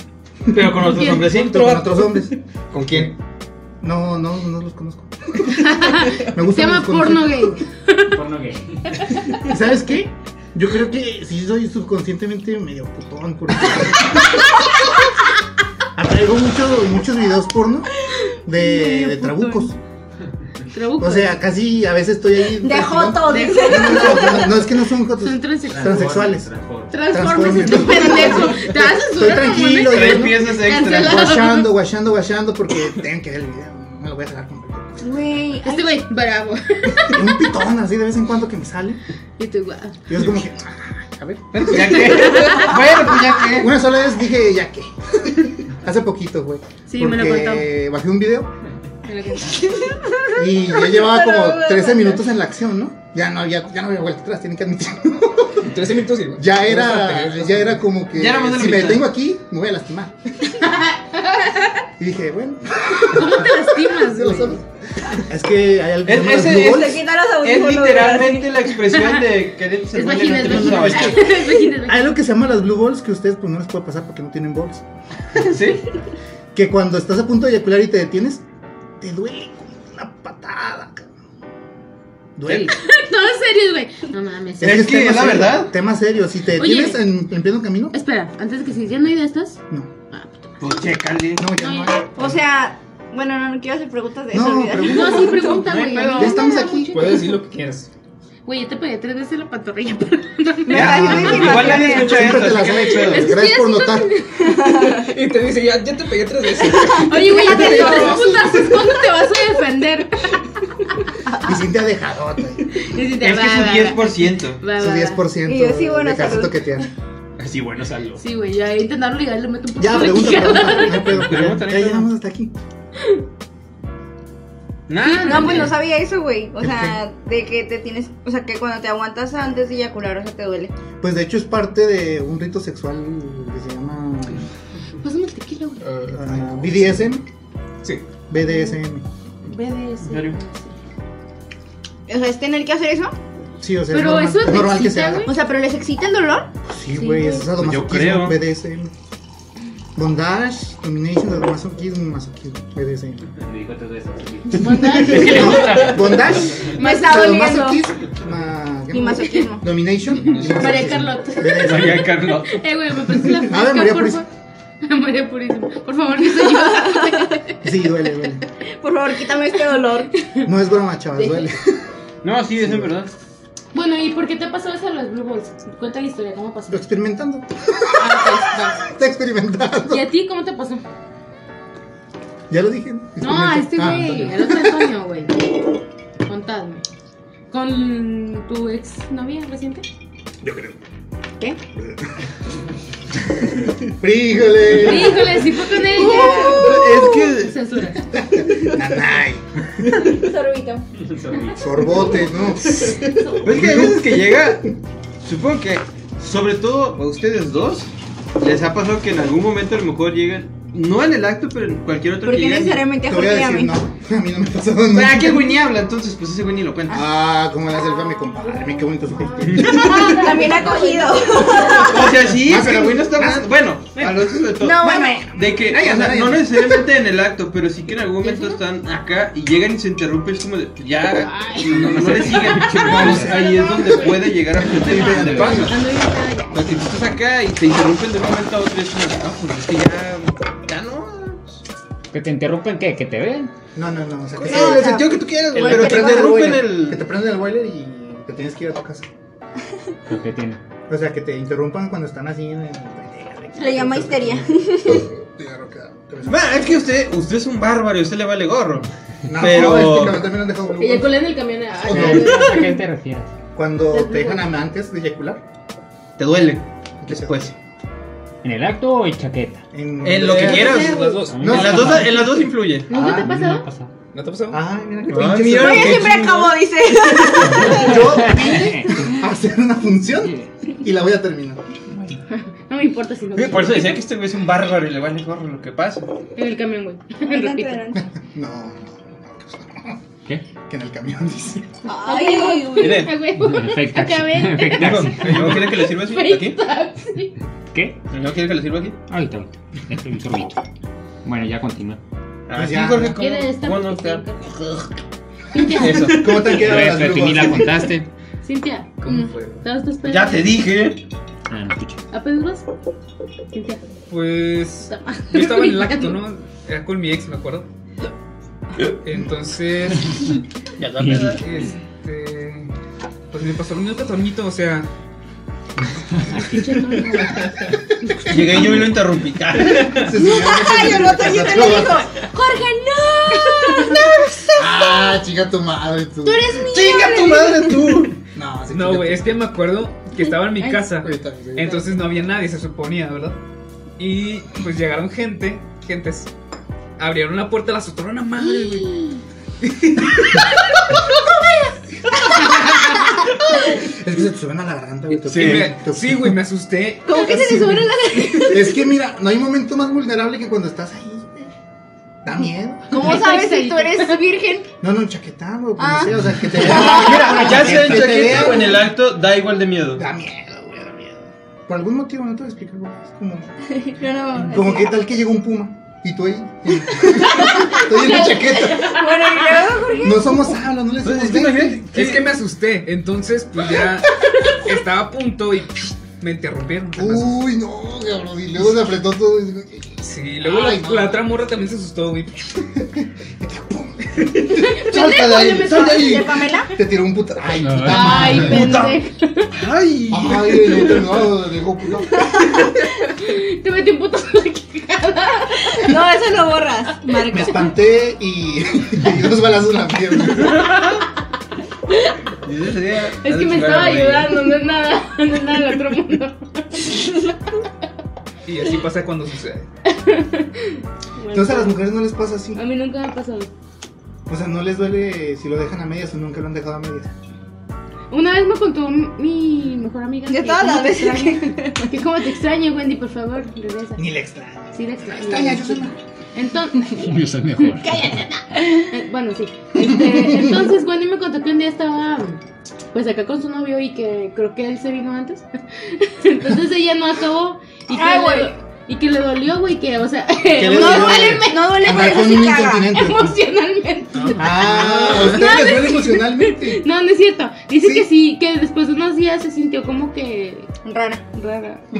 C: Pero con otros
D: Bien.
C: hombres sí.
A: pero con otros hombres.
C: ¿Con quién?
A: No, no, no los conozco. Me gusta
D: Se llama porno gay.
H: Porno gay.
A: ¿Sabes qué? Yo creo que sí soy subconscientemente medio putón porque atraigo muchos muchos videos porno de, de trabucos.
D: Trabuco.
A: O sea, casi a veces estoy ahí.
B: De
A: castigando-
B: joto, dice.
A: No, no, no, no, es que no son jotos.
D: Son transexuales.
A: Transexuales.
D: Transformes este
A: Transformes.
D: pendejo. Te vas a
A: Estoy
D: censurar,
A: tranquilo, yo
D: mamón.
C: Tres
A: ¿no?
C: piezas extra.
D: Cancela.
A: guachando, guachando, guachando porque tengo que ver el video. No lo voy a sacar con
B: Güey.
D: Este güey, bravo.
A: Un pitón así de vez en cuando que me sale.
D: Y tú, guau.
A: Y es como que. "Ah,
C: Bueno, pues ya qué. Bueno, pues ya qué.
A: Una sola vez dije, ya que. Hace poquito, güey.
D: Sí, me lo
A: porque Bajé un video
D: Me la canto.
A: y ya llevaba
B: Pero
A: como
B: bueno.
A: 13 minutos en la acción, ¿no? Ya no había, ya no había vuelta atrás, tienen que admitirlo.
F: 13 minutos y
A: Ya era, ya era como que
C: Ya nada más de la
A: si me
C: mitad.
A: detengo aquí, me voy a lastimar. y dije, bueno,
D: ¿Cómo te lastimas,
A: se lo
D: güey?
A: sabes. Es que hay algo
C: Es-
A: llama
C: ese-
A: las blue
C: ese-
A: balls.
B: Se quita los
C: Es
B: audífonos.
C: literalmente la expresión de querer ser
D: Es
C: buena y no
D: vagina, es
C: tener una
D: vagina.
C: vagina.
D: Es vagina, es vagina.
A: Hay algo que se llama las blue balls que ustedes pues no les puede pasar porque no tienen balls.
C: ¿Sí?
A: Que cuando estás a punto de eyacular y te detienes, te duele como una patada. cabrón. Duele.
D: No, en serio, güey. No mames.
C: Es que
A: tema
C: es la
A: serio,
C: verdad.
A: Tema serio. Si te
D: Oye.
A: detienes en, en pleno camino,
D: Espera, antes de que sigas, ¿ya no hay de estas?
A: no.
C: Pues chécale.
A: No, ya
D: No,
A: no.
D: ya.
A: hay.
B: O sea, bueno, no, no quiero hacer preguntas de
A: No,
B: eso. olvídalo.
A: pregunta.
D: No, sí, pregunta, güey.
C: No hay pedo.
A: Ya estamos aquí.
F: Puedes decir lo que quieras.
D: Güey, yo te pegué tres veces la pantorrilla.
B: Me imagino insinuaciones.
C: Ah, Igual nadie escucha
A: Siempre te
C: esto,
A: las
C: así que no hay
A: he hecho.
C: pedo.
A: Gracias por notar.
F: Y te dice, ya, ya te pegué tres veces.
D: Oye, güey, ya te
A: Te
D: digo,
A: digo.
D: putazos, ¿cuándo te vas a defender?
A: Y sin te ha dejado. güey.
D: Y si te
E: Es
D: va,
E: que
D: va,
E: es
D: va,
E: un 10%.
D: va,
A: Su
D: va, va.
A: 10%
B: Y yo, sí, bueno,
A: de casito
B: salud.
A: que tiene.
E: Así bueno, salud.
D: Sí, güey, ya intentaron ligar y le meto un poquito
A: Ya,
D: de
A: pregunta,
D: quijada.
A: pregunta. No hay pedo.
E: Pregunta, no hay
A: Ya
E: pedo.
A: llegamos hasta aquí.
E: Nah,
B: No, pues no sabía eso, güey. O
A: ¿El
B: sea, de que te tienes. O sea, que cuando te aguantas antes de eyacular, o sea, te duele.
A: Pues de hecho es parte de un rito sexual que se llama
D: Pásame el tequila, güey.
E: Eh,
A: ah, BDSM.
F: Sí.
A: BDSM.
D: BDS.
B: O sea, es tener que hacer eso.
A: Sí, o sea,
D: Pero
A: es normal,
D: eso
A: es
D: te
A: normal que se
D: excita,
A: haga.
D: güey.
B: O sea, pero les excita el dolor.
A: Sí,
D: Sí,
A: güey,
D: güey.
A: es eso
E: Pues yo creo.
A: BDSM. Bondage, domination, sadomasoquismo, masoquismo, BDSM.
H: Me dijo todo eso.
D: Bondage.
A: No, bondage,
B: Me está doliendo.
A: sadomasoquismo, ma- ¿qué
B: Y
A: más?
B: masoquismo.
A: Domination. y
D: María
A: masoquismo.
D: Carlota.
A: BDSM.
E: María Carlos.
D: Eh, güey, me parece la fresca,
A: María
D: por
A: Purísima.
D: favor. María Purísima. Por favor, que se ayude.
A: Sí, duele, duele.
B: Por favor, quítame este dolor.
A: No es broma, chaval, duele.
E: No, sí, es en verdad.
D: Bueno, ¿y por qué te pasó eso a los Blue Balls? Cuenta la historia, ¿cómo pasó?
A: Experimentando.
D: Ah,
A: Está experimentando.
D: pues, va. ¿Y a ti cómo te pasó?
A: Ya lo dije.
D: No, a este
A: Ah,
D: güey,
A: Antonio.
D: el otro Antonio, güey. Contadme. ¿Con tu ex novia reciente?
B: ¿Qué?
A: Fríjole.
D: Híjole, sí fue con ella.
E: Uh, Es que.
D: Censura.
A: Nanay.
B: Sorbito.
A: Sorbote, ¿no?
E: Es que hay veces que llega. Supongo que, sobre todo a ustedes dos, les ha pasado que en algún momento a lo mejor llegan. No en el acto, pero en cualquier otro
B: ¿Por
E: que
B: qué
E: llegan. y-
B: necesariamente a
A: Te voy a
B: Jorge y a
A: decir
B: mí?
A: no. A mí no me ha pasado
E: Ah,
A: nada.
E: que el güey ni habla, entonces, pues ese güey ni lo cuenta.
A: Ah, como la selva me compadre. Qué bonito soy.
B: También ha cogido.
E: O sea, sí,
A: Más
E: Ah, pero
A: que-
E: el güey no está
A: más-
E: hablando. Bueno, a los otros de todo.
B: Ah. No,
E: Bueno,
B: bueno.
E: De que,
A: Ay,
E: o sea,
A: ay,
E: no
A: ay.
E: necesariamente en el acto, pero sí que en algún momento están acá y llegan y se interrumpen. Es como de, ya,
D: Ay.
E: no, no le siguen. Pues ahí es donde puede llegar a aprender
A: Sí,
E: dónde
A: sí.
E: pasa.
D: Ando bien, estaba ya.
E: Porque tú estás acá y te interrumpen de un momento a otro. y Es como, ah, pues es que ya, ya no.
H: ¿Que te interrumpen qué? ¿Que te ven?
A: No, no, no. O sea, que
E: Sí, en el
A: te,
E: sentido que tú quieras,
B: El
E: güey, pero
B: que
E: te
B: te
A: prenden el
E: interrumpen
A: boiler, que te
E: el.
A: prenden el boiler y te tienes que ir a tu casa.
H: ¿Lo que tiene?
A: O sea, que te interrumpan cuando están así en el.
B: Le llama histeria.
A: Claro, claro. Te ves-
E: Bueno, es que usted, usted es un bárbaro y a usted le vale gorro.
A: No,
E: Pero-
A: es que también me han dejado
D: Ella colé en el camión.
A: O
D: ay,
A: no.
D: ay, ay.
H: ¿A qué te refieres?
A: Cuando te dejan amantes de eyacular.
E: Te duele después.
H: ¿En el acto o en chaqueta?
A: En,
E: En lo que quieras.
F: Las dos.
A: No.
E: en, las dos, en las dos influye.
D: ¿Nunca te ha
A: Ah,
H: No
D: pasado?
H: pasa.
F: ¿No te ha pasado?
A: Ay, mira que
E: Ay,
A: pinche
E: mira.
A: suerte.
B: Oye, siempre acabo, dice.
A: Yo vine a hacer una función y la voy a terminar.
D: No me importa si no.
E: Por eso decía que este güey es un bárbaro y le vale gorro lo que pasa.
D: En el camión, güey.
B: Adelante,
D: Repito.
B: adelante.
A: No, no, no,
H: ¿Qué?
A: que en el camión dice.
B: Ay,
E: Miren.
D: A huevo.
H: Perfecto.
D: Acabé.
E: Digo, ¿el no quiere que le sirva así? ¿Aquí?
H: ¿Qué?
E: ¿El no quiere que le sirva aquí?
H: Ahorita, ahorita. Este es un sorbito. Bueno, ya continúa.
E: Ah, sí,
A: Ya.
E: Jorge, ¿cómo?
D: ¿Quieres esta?
E: Bueno, te-
D: Cintia,
E: Eso.
A: ¿Cómo te han quedado
H: Pero,
A: las
H: pero tú ni la
A: grúas?
H: contaste.
D: Cintia.
F: ¿Cómo fue?
D: ¿Estabas tú esperando?
E: Ya te dije.
H: Ah, no escuché.
D: ¿Apenas vas? Cintia.
F: Pues.
D: puta madre.
F: Yo estaba en el acto, ¿no? Era con mi ex, me acuerdo. Entonces,
E: Ya
F: este. Pues me pasó un catornito, o sea.
D: Pinche no, no.
E: Llegué y yo y lo interrumpí.
A: Se subió
B: Ay, yo no te yo te lo digo. Jorge, no.
A: Ah, chinga tu madre, tú.
E: ¡Chinga tu madre tú!
A: No, sí,
F: No,
A: chinga
F: güey,
A: tu-
F: es que me acuerdo que estaba en mi
D: Ay.
F: casa.
A: Ahorita, sí.
F: Entonces no había nadie, se suponía, ¿verdad? Y pues llegaron gente, gentes. Abrieron la puerta, la soltaron una madre, güey.
A: Es que se te suben a la garganta, güey. te-
F: Y
A: te-
F: me-
A: te-
F: Sí, güey, me asusté.
D: ¿Cómo que se te suben las
A: Es que mira, no hay momento más vulnerable que cuando estás ahí. Da miedo.
B: ¿Cómo sabes si tú eres virgen?
A: No, no, chaquetado, o como
B: Ah.
A: sea, o sea, que te
D: Ah.
E: Mira, ya sea en
A: Que te
E: chaqueta
A: vean.
E: o en el acto, da igual de miedo.
A: Da miedo, güey, da miedo. Por algún motivo no te voy a explicar, güey. Es como.
B: No, no.
A: Como que tal que llegó un puma y tú ahí. Estoy en la chaqueta.
B: Bueno, y luego, Jorge.
A: No somos hablas, no les somos
E: Es que imagínate,
F: Es que me asusté. Entonces, pues ya estaba a punto y me interrumpieron.
A: veinte. Uy, no, cabrón. Y luego se apretó todo. Y digo,
F: Sí, luego la-
A: Ay, no.
F: la, otra morra también se asustó, güey.
A: ¡Salta de ahí! ¡Salta de
B: ¿De
A: ahí!
B: Pamela?
A: Te tiró un puta. ¡Ay, puta
D: Ay,
A: madre.
D: pendejo.
E: ¡Ay!
A: ¡Ay, el otro no, dejó puta!
D: Te metí un puto en la quijada.
B: No, eso lo borras.
A: Me
B: Marca.
A: espanté y. y dos balazos en la pierna.
E: idea.
D: Es
E: ha
D: que
E: de
D: me
E: chupar
D: estaba
E: el güey.
D: ayudando, no es nada, no es nada del otro mundo.
F: Y así pasa cuando sucede.
D: Bueno,
A: Entonces a las mujeres no les pasa así.
D: a mí nunca me ha pasado.
A: O sea, no les duele si lo dejan a medias o nunca lo han dejado a medias.
D: Una vez me contó mi mejor amiga.
B: Yo
D: que
B: todas
D: cómo
B: las
D: te
B: veces
D: extraño- Que como te extraño, Wendy, por favor, regresa.
A: Ni le extraña.
D: Sí, la extraño.
A: Extraña, yo soy
D: Entonces,
H: Yo soy mejor.
D: eh, bueno, sí. Este, entonces, Wendy me contó que un día estaba, pues acá con su novio y que creo que él se vino antes. Entonces ella no acabó y que,
B: Ay,
D: le,
B: Ah, güey.
D: do- y que le dolió, güey, que, o sea,
A: le
B: No
A: duele?
B: duele, no duele,
A: Andar
B: pero
A: con
B: sí
A: un
B: caga.
A: incontinente.
D: emocionalmente.
A: Ah, a ustedes les duele emocionalmente.
D: No, no es cierto. Dice
A: Sí.
D: que sí, que después de unos días se sintió como que
B: Rara.
D: rara.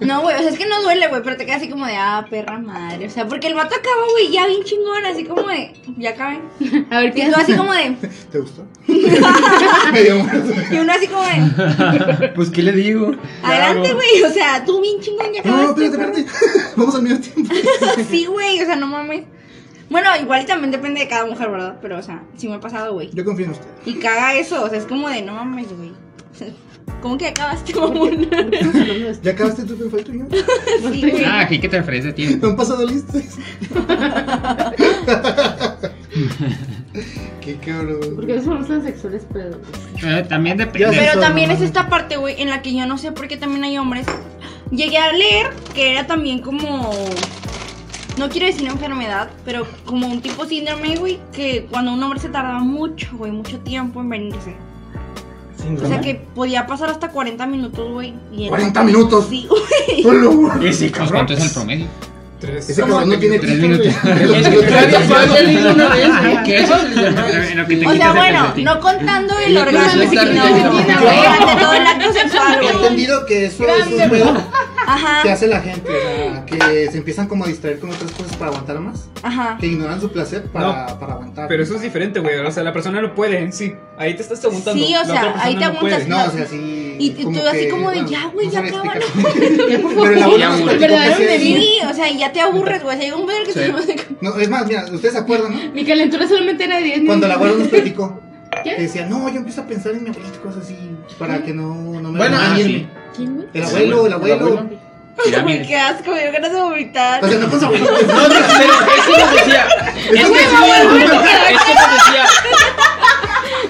B: No, güey, o sea, es que no duele, güey, pero te queda así como de, ah, perra madre. O sea, porque el vato acaba, güey, ya bien chingón, así como de, ya acabé.
D: A ver qué
B: Y tú así como de,
A: ¿Te gustó? Medio muerto.
B: y uno así como de,
E: Pues, ¿qué le digo?
B: adelante,
E: Claro.
B: güey, o sea, tú bien chingón, ya
A: No,
B: acabaste.
A: espérate, espérate. Vamos al mismo tiempo.
B: perra. Sí, güey, o sea, no mames. Bueno, igual y también depende de cada mujer, ¿verdad? Pero, o sea, sí me ha pasado, güey.
A: Yo confío en usted.
B: Y caga eso, o sea, es como de, no mames, güey. O sea, ¿Cómo que acabaste, mamón?
A: ¿Ya acabaste tu fue el tuyo?
B: Sí, güey.
H: Ah, ¿qué te refieres de tiempo?
A: ¿No han pasado listas? Qué
D: Porque
A: cabrón.
D: eso somos transexuales, pero.
H: Eh, también depende.
A: Yo
B: Pero
A: Eso,
B: también
A: no
B: es
A: mames.
B: esta parte, güey, en la que yo no sé por qué también hay hombres. Llegué a leer que era también como. No quiero decir una enfermedad, pero como un tipo síndrome, güey, que cuando un hombre se tardaba mucho, güey, mucho tiempo en venirse. O sea que podía pasar hasta 40 minutos, güey. y era-
A: ¡40 minutos!
B: Sí, güey.
A: Solo-
E: Ese
H: Pues,
E: cabrón.
H: ¿Cuánto es el promedio?
F: Tres.
A: Ese cabrón no tiene
H: Tres
A: pito, güey.
H: minutos.
A: Los tres-
H: ¿Qué
E: Ah,
H: eso se le llama? En lo que te
B: O sea,
H: quitas el
B: bueno,
H: calcetín.
B: no contando el
D: Ella
B: orgasmo,
D: tiene
B: sino
D: una
A: vagina,
B: no,
A: güey.
B: durante todo el acto sexual,
A: He
B: güey.
A: entendido que eso es un pedo que
B: Ajá,
A: hace la gente, o sea, que se empiezan como a distraer con otras cosas para aguantar más,
B: ajá.
A: que ignoran su placer para, para aguantar.
F: Pero eso es diferente, güey. O sea, la persona no puede en sí. Ahí te estás aguantando.
B: Sí, o
F: La
B: sea,
F: otra persona
B: ahí te
F: no
B: aguantas.
F: puede.
A: Pues No, o sea, sí.
B: Y- y tú así como de, ya, güey, ya
A: acaba
B: acábalo.
A: Pero la abuela nos
H: Ya,
A: platicó
D: güey.
A: que sí es-
D: Perdón, de mí.
B: Sí, o sea, y ya te aburres, güey. O sea, llega un pedo en el que
E: Sí.
B: te vas de
A: No, es más, mira, ustedes se acuerdan, ¿no?
D: Mi calentura solamente era de 10
A: Cuando la
D: minutos.
A: abuela nos platicó.
D: ¿Qué?
A: Que decía, no, yo empiezo a pensar en mi abuelito, cosas así,
B: ¿Eh?
A: para que no, no me
E: Bueno,
A: hagan
E: ah,
A: bien.
E: sí.
D: ¿Quién, güey?
A: El abuelo, el abuelo.
E: El abuelo.
B: Ay, qué asco, me dio ganas de vomitar.
A: O sea, no pues, con su abuelito.
E: No, no, pero eso nos decía.
H: Es que sí,
E: Es que nos decía.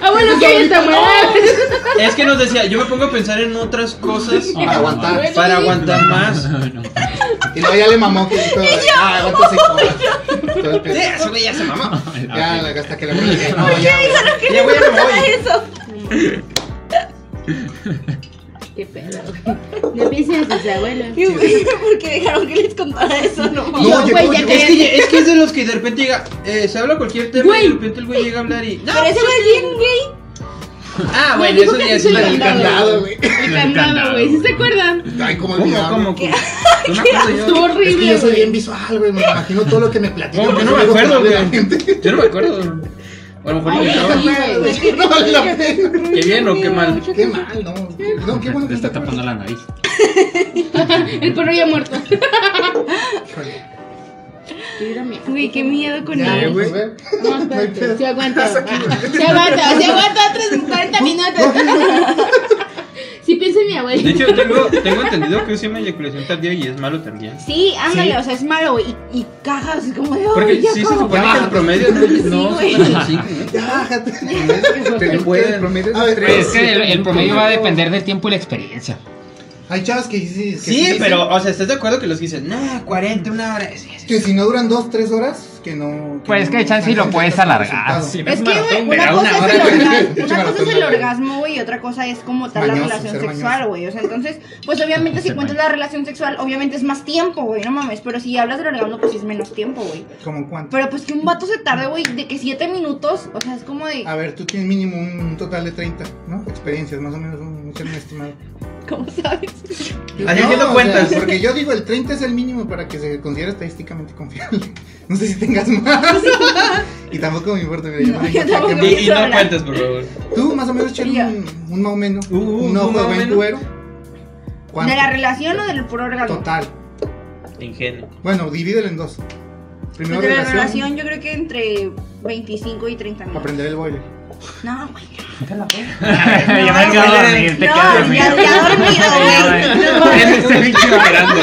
D: Abuelo, ¿qué es esta madre?
E: Es que nos decía, yo me pongo a pensar en otras cosas
A: Para aguantar.
E: para aguantar más.
A: Y luego ya le mamó que dijo, ah, aguanta cinco horas". Todo el pedo.
E: Eso güey ya se mamó.
A: Ya, la- hasta que la abuela dijo, no, ya.
E: Ya voy, ya me voy.
B: Eso.
D: Qué pedo, güey. No pienses en sus abuelos.
B: Y, güey, ¿Por qué dejaron que les contara eso? No,
A: No,
B: mames.
A: llegó,
D: güey, ya
A: llegó.
E: Es que, es que es de los que de repente llega, eh, se habla cualquier tema y
D: Güey.
E: de repente el güey llega a hablar y.
B: Pero ese güey es bien gay.
E: Ah, bueno, eso ya es
D: el
A: el candado, güey.
D: El
H: candado.
D: candado, güey. ¿Sí se acuerdan?
A: Ay, cómo
E: ¿Cómo,
A: olvidaba.
E: cómo, cómo? No me acuerdo yo.
D: Estuvo
A: Es que
D: horrible,
A: yo soy bien
D: güey.
A: visual, güey. Me imagino todo lo que me pues, platican.
E: Como que no me acuerdo, güey. Yo no me acuerdo. O a lo mejor no
D: Ay,
E: me
D: sí,
E: acuerdo.
D: güey.
A: No vale la pena.
E: Qué bien o qué mal.
A: Qué mal, no. No, qué bueno.
H: Te está tapando la nariz.
D: El perro ya muerto.
A: Híjole.
B: Güey, qué miedo con
A: Ya,
B: él.
A: güey.
D: No,
A: No hay
D: espérate,
A: pedo.
D: se aguanta. Se aguanta, se aguanta otros 40 minutos. Si piensa en mi
E: De
D: abuelo.
E: hecho, tengo, tengo entendido que es una eyaculación tardía y es malo también.
B: Sí, ándale,
A: Sí.
B: o sea, es malo, güey. Y, y cagas, así como de,
E: Porque
B: ay, ya
E: sí se
B: acabo.
E: supone que el promedio no, no
B: Sí,
E: se
B: güey.
E: pasa así, ¿no?
A: Ya, bájate.
F: Te
E: no
F: puede.
E: pueden.
F: El promedio es
A: A ver,
F: tres.
H: Es que Pues, eh, el, el promedio va a depender del tiempo y la experiencia.
A: Hay chavas que sí. que
E: Sí,
A: dicen
E: pero, o sea, ¿estás de acuerdo que los que dicen, nah, 40, una hora? Sí, sí.
A: Que si no duran dos, tres horas, que no.
H: Pues
A: no
H: es que chance
A: alcanzan
H: lo puedes
A: tanto
H: alargar,
A: resultado.
F: Si no
B: Es que, güey,
F: maratón,
B: una
F: verá,
B: cosa es el
F: hora.
B: orgasmo, una cosa
A: maratón,
B: es el
A: güey.
B: orgasmo, güey, y otra cosa es como tal la
A: Mañoso,
B: relación
A: ser
B: sexual,
A: mañoso.
B: güey. O sea, entonces, pues obviamente si
H: Ser
B: cuentas la relación sexual, obviamente es más tiempo, güey, no mames. Pero si hablas del orgasmo, pues sí es menos tiempo, güey.
A: ¿Cómo cuánto?
B: Pero pues que un vato se tarde, güey, de que siete minutos, o sea, es como de...
A: A ver, tú tienes mínimo un total de 30, ¿no? Experiencias, más o menos, un, un ser un estimado.
B: ¿Cómo sabes?
E: Así
A: No,
E: haciendo
A: o sea,
E: cuentas.
A: porque yo digo, el 30 es el mínimo para que se considere estadísticamente confiable. No sé si tengas más. y tampoco me importa, mira, yo
B: No,
A: me
B: yo
A: importa que
B: tampoco.
A: me-
E: Y, y no cuentas, por favor.
A: Tú, más o menos, Chelo,
B: Ya.
A: un, un más o menos.
E: Uh, uh,
A: un
E: un
A: ojo
E: más
A: de
E: o
A: buen
E: menos.
A: cuero.
B: ¿De la
A: ¿Cuánto?
B: relación o del puro orgasmo?
A: Total.
E: Ingenio.
A: Bueno, divídelo en dos.
B: Pues
A: Primero
B: de la
A: relación,
B: relación yo creo que entre 25 y 30
A: para
B: minutos.
A: prender el boiler.
B: No, güey. No,
H: ya me quedo
B: güey.
H: dormido, te
B: No,
H: quedas dormido.
B: ya- ya dormido, güey. No,
H: Ese está bien chido operando.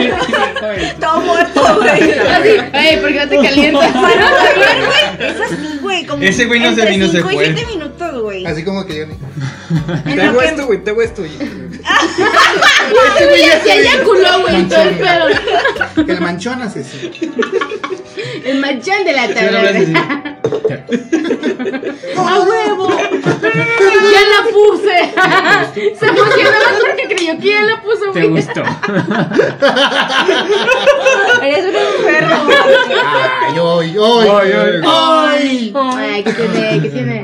D: insensible,
B: Todo muerto, güey.
D: güey. Así, ey, ¿por qué no te calientas?
B: Para dormir, güey. Es así, güey. Como
E: Ese güey no se
B: entre
E: vino, se
B: cinco y
E: fue.
B: siete minutos, güey.
A: Así como que yo ni.
B: En
F: Te
B: lo
F: hago
B: que-
F: esto, güey, te hago esto.
D: Ese güey ya se eyaculó, güey, todo el pedo.
A: El manchón hace eso.
D: El manchón de la
E: Yo lo
D: tabla.
E: voy a decir.
D: ¡A huevo! ¡Ya la puse! Se emocionó más porque creyó que ya la puso,
H: Te
D: güey.
H: gustó.
B: Eres un enfermo.
A: Ay, ay, ay.
E: Ay,
A: Ay.
D: Ay, ¿qué tiene? ¿Qué tiene?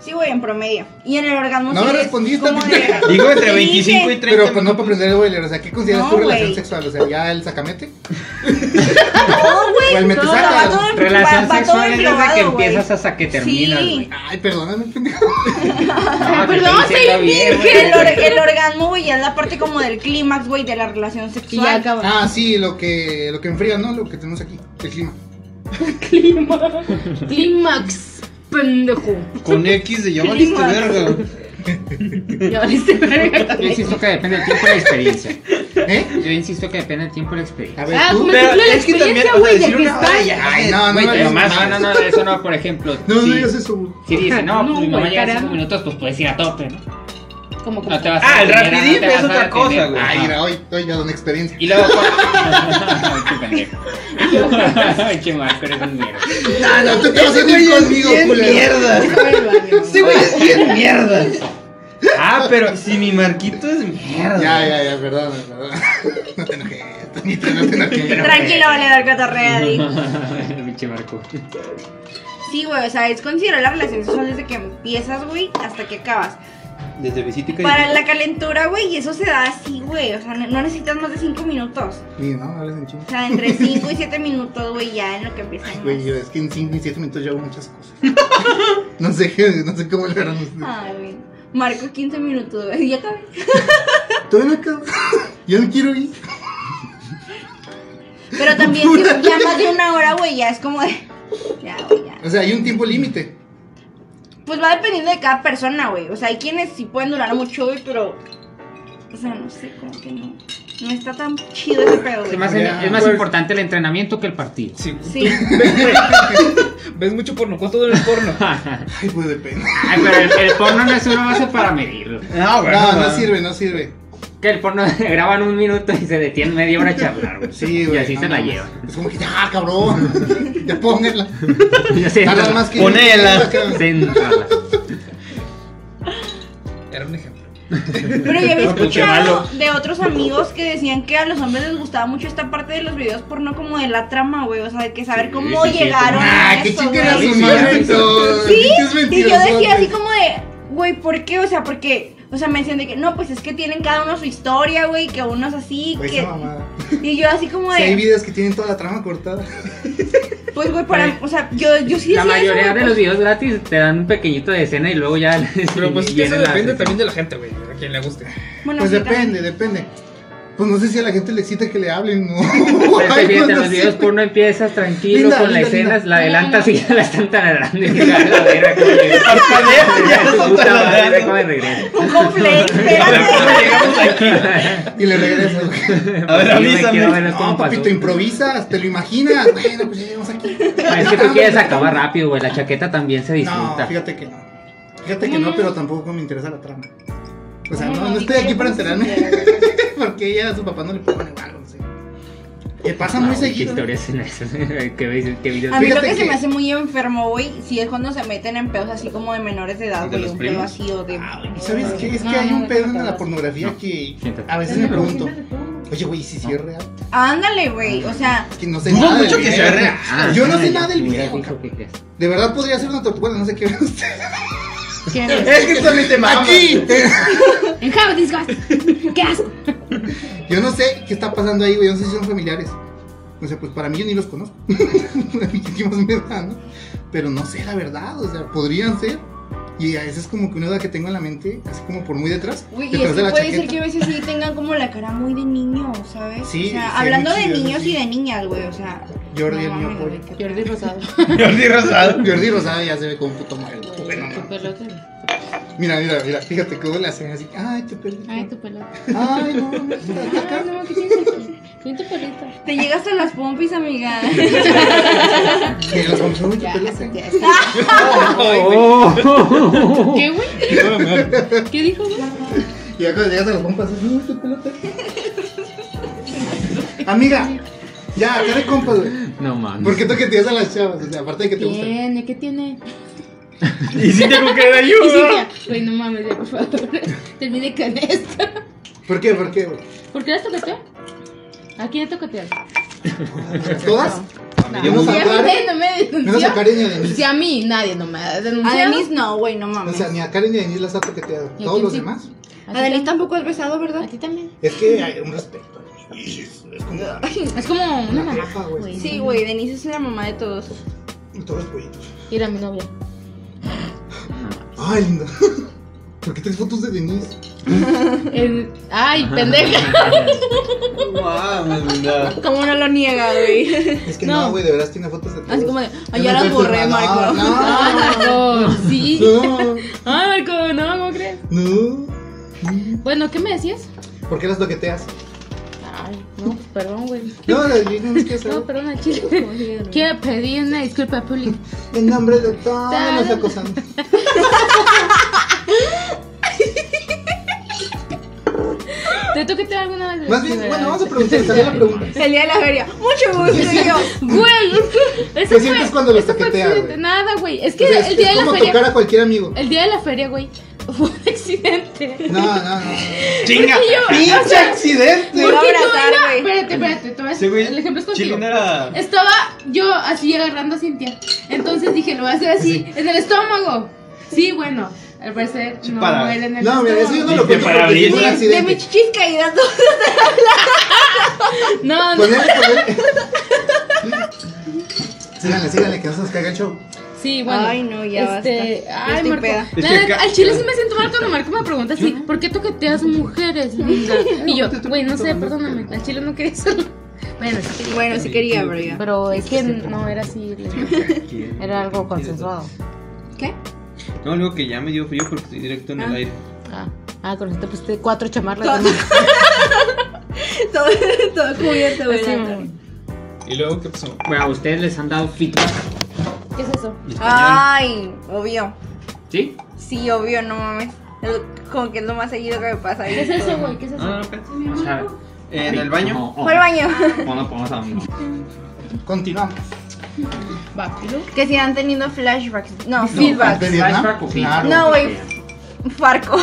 B: Sí, güey, en promedio. Y en el orgasmo
A: No
B: sí
A: me
B: eres
A: respondiste,
B: como
A: pendeja.
B: de-
E: Digo entre
B: Te
E: 25 y
B: dije.
E: 30.
A: Pero pues no para aprender el boiler, o sea, ¿qué consideras
B: No,
A: tu relación
B: güey.
A: sexual? O sea, ¿ya el sacamete?
B: "Ah, No,
A: O el
B: güey.
A: metesaca.
B: no, va todo en- va-
H: Relación
B: va todo
H: sexual es desde que
B: englobado, güey.
H: empiezas hasta que terminas,
B: Sí.
H: güey.
A: Ay, perdóname, pendejo.
H: No, Ah, te
D: perdón,
H: estoy diciendo
D: soy
H: bien, güey.
B: El, or- el orgasmo, güey, ya es la parte como del clímax, güey, de la relación
D: Y ya
B: sexual.
D: acaba.
A: Ah, sí, lo que, lo que enfría, ¿no? Lo que tenemos aquí, el clima.
D: Clímax, pendejo.
E: Con X de ya valiste
B: Clima.
E: verga.
D: Ya valiste verga.
H: Yo insisto que depende del tiempo y la experiencia.
A: ¿Eh?
H: Yo insisto que depende del tiempo y la experiencia.
A: A ver,
D: Ah,
A: tú.
D: como
E: Pero
D: el la
E: es que también,
D: experiencia,
E: o sea,
D: güey, de
E: decir
D: que
E: una hora
D: está.
E: ya.
A: Ay,
E: es-
A: no, no,
H: Güey,
A: no,
H: pero más,
A: no,
H: Ah, no, no, no, eso no, por ejemplo.
A: No,
H: si,
A: no digas eso. güey.
H: Si dice, no,
D: No,
H: pues mi mamá
D: güey,
H: llega a cinco
D: caramba.
H: minutos, pues puedes ir a tope, ¿no?
D: Como como-
H: No te vas a
E: Ah, el
H: detener,
E: rapidín
H: no te
E: es
H: vas a
E: otra cosa,
H: detener.
E: güey. Ah.
H: Ay,
A: Ay,
H: mira.
A: mira, hoy, hoy ya una experiencia.
H: Y luego. Ay, qué pendejo. Ay, qué marco, eres un mierda.
A: No, no, tú te vas a ir conmigo, culero.
E: mierda.
D: Ay, vale.
E: Este güey es bien mierda. Ah, pero si mi marquito es mierda.
A: Ya, eh. ya, ya, perdón, perdón. No te enojes, Tonita, no te enojes.
B: Tranquilo, valedor cotorrea, di.
H: Pinche marco.
B: Sí, güey, o sea, es considerar la relación sexual desde que empiezas, güey, hasta que acabas.
E: Desde visita y
B: Para la calentura, güey, y eso se da así, güey. O sea, no no necesitas más de 5 minutos.
A: Sí, no, hables en chingo.
B: O sea, entre 5 y 7 minutos, güey, ya en lo que empieza.
A: Ay,
B: más.
A: güey, yo es que en 5 y 7 minutos yo hago muchas cosas. No sé, no sé cómo le harán ustedes.
B: Ay, güey. Marco 15 minutos, güey. Ya acabé.
A: Ah. Todavía no acabo. Yo no quiero ir.
B: Pero también, si ya más de una hora, güey, ya es como de. Ya, güey, ya.
A: O sea, hay un tiempo límite.
B: Pues va dependiendo de cada persona, güey. O sea, hay quienes sí pueden durar mucho, güey, pero. O sea, no sé, como que no. No está tan chido ese pedo,
H: Es
B: güey.
H: más, es más
A: pues.
H: importante el entrenamiento que el partido.
F: Sí, güey.
B: Sí.
F: ves mucho porno. ¿Cuánto dura el porno?
H: Ay,
A: Ay, pues depende.
H: pero el, el porno no es una base para medirlo.
E: No, güey.
A: No, no sirve, no sirve.
H: Que el porno graban un minuto y se detienen media hora a charlar, güey.
A: Sí, güey.
H: Y así
A: no
H: se la
A: mames.
H: llevan.
A: Es como que ya, cabrón. Ya póngela.
H: Y así
A: Tardan más que.
E: Ponela.
H: Céntrala.
F: Era un ejemplo.
B: Pero yo había
H: No, pues, qué
B: escuchado
H: malo.
B: de otros amigos que decían que a los hombres les gustaba mucho esta parte de los videos porno como de la trama, güey. O sea, de que saber
H: Sí,
B: cómo
H: sí, sí,
B: llegaron
A: Ah,
B: a
A: qué
B: eso,
A: chingas
B: güey.
A: su
H: sí,
A: madre
H: sí,
A: todo.
B: Sí,
A: Pinches
B: y yo decía
A: mentirosotes.
B: así como de, güey, ¿por qué? O sea, porque, o sea, me decían de que, no, pues es que tienen cada uno su historia, güey, que uno es así,
A: Güey,
B: que...
A: esa mamada.
B: Y yo así como
A: Si hay
B: de,
A: videos que tienen toda la trama cortada.
B: pues, güey, para, o sea, yo, yo sí decía
H: La mayoría
B: eso,
H: de
B: güey,
H: los
B: pues,
H: videos gratis te dan un pequeñito de escena y luego ya.
F: Pero pues es que eso
H: vienen las
F: depende
H: escenas.
F: también de la gente, güey. A quien le guste.
B: bueno,
A: Pues
B: sí,
A: depende,
B: también.
A: depende. Pues no sé si a la gente le excita que le hablen. No.
H: Pero es que
A: Ay,
H: fíjate,
A: no
H: los
A: sé.
H: videos pues. porno empiezas tranquilo
A: Linda,
H: con la
A: linda,
H: escena,
A: linda.
H: la adelantas y ya la están taladrando. Y ya la verga, como que-
E: ya la están
H: Puta madre,
E: taladrando.
H: ¿cómo de regreso?
B: Un complex, espérate.
A: Y le regreso. güey.
E: A ver,
H: Yo me quiero
E: avísame.
H: ver
A: No,
H: cómo pasó.
A: papito, improvisas, te lo imaginas. Bueno, pues ya llegamos aquí.
H: Ah, Es que tú quieres acabar rápido, güey. La chaqueta también se
A: No,
H: disfruta.
A: fíjate que no. Fíjate que no, pero tampoco me interesa la trama. O sea,
B: No,
A: no, no
B: ni
A: estoy aquí
B: quiero,
A: para enterarme.
B: ni siquiera.
A: Porque ella a su papá no le pone o algo, no sé. Que pasa
H: Ah,
A: muy
H: güey, ¿Qué
A: seguido.
H: historias en eso? ¿Qué ves- qué videos?
B: A mí lo
A: Fíjate
B: que, se
A: que-
B: me hace muy enfermo, güey, sí es cuando se meten en pedos así como de menores de edad,
E: ¿De
B: güey,
E: los
B: un pedo
E: primos?
B: así o de...
A: Ay, Ah, ¿Sabes qué? Es que
D: No,
A: hay
D: no,
A: un
D: no,
A: pedo
D: no,
A: en
D: no,
A: la
D: no.
A: pornografía
H: No,
A: que
H: siéntate.
A: a veces me pregunto. Oye, güey, si sí es real.
B: Ándale, güey, o sea,
A: Que no sé
E: Dudo
A: nada. del
E: mucho que
A: video,
E: sea
A: güey.
E: real.
A: Yo no sé
H: Ah, ya,
A: nada del
H: mira,
A: video,
H: dijo
A: cabrón.
H: que crees.
A: De verdad podría ser una tortuga, no sé qué ve usted.
E: Es que también te mama.
A: Aquí.
D: En Java Disgust. ¡Qué asco!
A: Yo no sé qué está pasando ahí, güey. Yo no sé si son familiares. O sea, pues para mí yo ni los conozco. ¿Qué más me da, no? Pero no sé la verdad. O sea, podrían ser. Y a veces como que una duda que tengo en la mente, así como por muy detrás,
B: Güey, y
A: detrás
B: es
A: de
B: que
A: la
B: puede ser
A: chaqueta.
B: que a veces sí tengan como la cara muy de niño, ¿sabes?
A: Sí,
B: o sea,
A: sí,
B: hablando
A: hay
B: de
A: muchos
B: niños
A: así.
B: y de niñas, güey, o sea.
A: Jordi, el
B: no
A: mío
B: mames,
A: pollo.
B: güey, qué-
D: Jordi Rosado.
H: Jordi Rosado.
A: Jordi Rosado ya se ve como un puto muerto. Bueno,
D: tu pelota.
A: mira, mira, mira, fíjate cómo le hacen así. Ay, te perdí.
D: Ay, tu pelota.
A: Ay, no, no, está acá.
D: Ay, no, ¿qué tienes aquí? Soy tu pelito.
B: Te llegas a las pompis, amiga.
A: Que los consumen tu
D: Ya,
A: pelo.
D: ya, ya.
E: Oh.
D: ¿Qué, güey? ¿Qué dijo, güey?
A: Y ya cuando llegas a las pompas, uy, tu pelota. Amiga, ya, acá de compas, güey.
H: No mames.
A: ¿Por qué toqueteas a las chavas? O sea, aparte de que te gustan.
D: Tiene, ¿qué tiene?
H: Y si te que de
D: Y
H: ayuda.
D: Cintia, güey, no mames, ya, por favor. Termine con esto.
A: ¿Por qué? ¿Por qué? güey?
D: ¿Por qué las tocoteas? ¿A quién le tocoteas?
A: ¿Todas?
D: No,
A: Yo no
D: si a
A: sacar-
D: mí no me
A: Menos a
D: denunció.
A: Karen y a Denise.
D: Si a mí nadie no me ha
B: A
D: denunciado.
B: Denise no, güey, no
A: O
B: mames.
A: sea, ni a Karen ni a Denise las ha toqueteado.
D: ¿Y a
A: Todos
D: quién
A: los
D: sí?
A: demás.
B: A Denise tampoco has besado, ¿verdad?
D: A ti también.
A: Es que hay un respeto. Es como
D: Es como una
A: La jefa,
D: mamá.
A: güey.
D: güey.
B: Sí, güey, Denise es la mamá de todos.
A: todos los pollitos.
D: Era mi novia.
A: Ay, linda. ¿Por qué tres fotos de Denise?
D: El- Ay, pendeja.
E: Wow, linda.
B: ¿Cómo no lo niega, güey?
A: Es que no,
D: No.
A: güey, de veras tiene fotos de todos.
B: Así como de,
A: Yo
B: ay, ya
A: no
B: las
A: encuentro
B: borré,
A: nada.
B: Marco.
D: Ay, Marco, sí.
A: No,
D: Ay, Marco, no, ¿cómo crees?
A: no, no.
D: Bueno, ¿qué me decías?
A: ¿Por qué las toqueteas?
D: Ay, no, pues perdón, güey.
A: No, las es que
D: No,
A: saber.
D: perdón, al chile. Quiero pedir una disculpa pública.
A: En nombre de todos los acosantes.
D: ¿Te toqueteó alguna vez?
A: Más bien, bueno, vamos a preguntar, hacer la pregunta.
B: El día de la feria. Mucho gusto, y yo.
D: Güey, es que. eso
A: ¿Qué
D: fue-
A: sientes cuando los
D: eso fue
A: toquetea,
D: accidente.
A: güey?
D: Nada, güey. Es que
A: O sea, es
D: el
A: que
D: día
A: es
D: de la
A: como
D: feria.
A: tocar a cualquier amigo.
D: El día de la feria, güey. Fue un accidente.
A: No, no, no.
H: Chinga.
A: ¡Pinche accidente!
B: Me va a
D: Porque yo
B: abrazar,
D: iba-
B: güey.
D: Espérate, espérate. te voy a-
E: Ese güey,
D: El ejemplo es contigo.
E: Chilín era.
D: Estaba yo así agarrando a Cintia. Entonces dije, lo voy a hacer así, en el estómago. Sí, bueno, al parecer no
E: Para.
D: muere en el
A: No, mira,
D: estómago.
A: eso yo no lo
H: Ni
A: cuento
H: para
A: porque fue un
H: abrir.
B: De, de mis
A: accidente.
B: chichis caídas todas.
D: No, no.
A: Ponele, ponele. Síganle, síganle, que no se nos caiga el show.
D: Sí, bueno.
B: Ay, no, ya
D: este,
B: basta. Ya
D: Ay,
B: estoy
D: Marco.
B: peda.
E: Es
D: la
E: que
D: neta,
E: acá-
D: al chile sí me siento mal cuando Marco me pregunta así, ¿por qué toqueteas mujeres? linda?" Y yo, güey, no sé, perdóname. Al chile no quería hacerlo. Bueno, sí.
B: Bueno, sí quería, pero ya.
D: Pero es que no era así. Era algo consensuado.
B: ¿Qué?
E: No, algo que ya me dio frío porque estoy directo en el
B: Ah.
E: aire.
D: Ah, ah con eso te pusiste cuatro chamarras.
B: Todo- Todo, todo cubierto, güey.
D: Sí,
B: la neta.
D: mamá.
F: ¿Y luego qué pasó?
H: Bueno, a ustedes les han dado feedback.
D: ¿Qué es eso?
H: en español.
B: Ay, obvio.
H: ¿Sí?
B: Sí, obvio, no mames. Es Como que es lo más seguido que me pasa.
D: ¿Qué es eso, güey? ¿Qué es eso?
E: Ah, no, espérate.
H: O sea,
E: En el baño.
H: No,
B: Fue al baño.
D: Ah.
H: No, no podemos a mí.
A: Continuamos.
D: Va,
B: Que si han tenido flashbacks. No, feedbacks.
A: ¿De Vietnam?
H: Flashback o
A: Claro.
B: No, güey. Farco.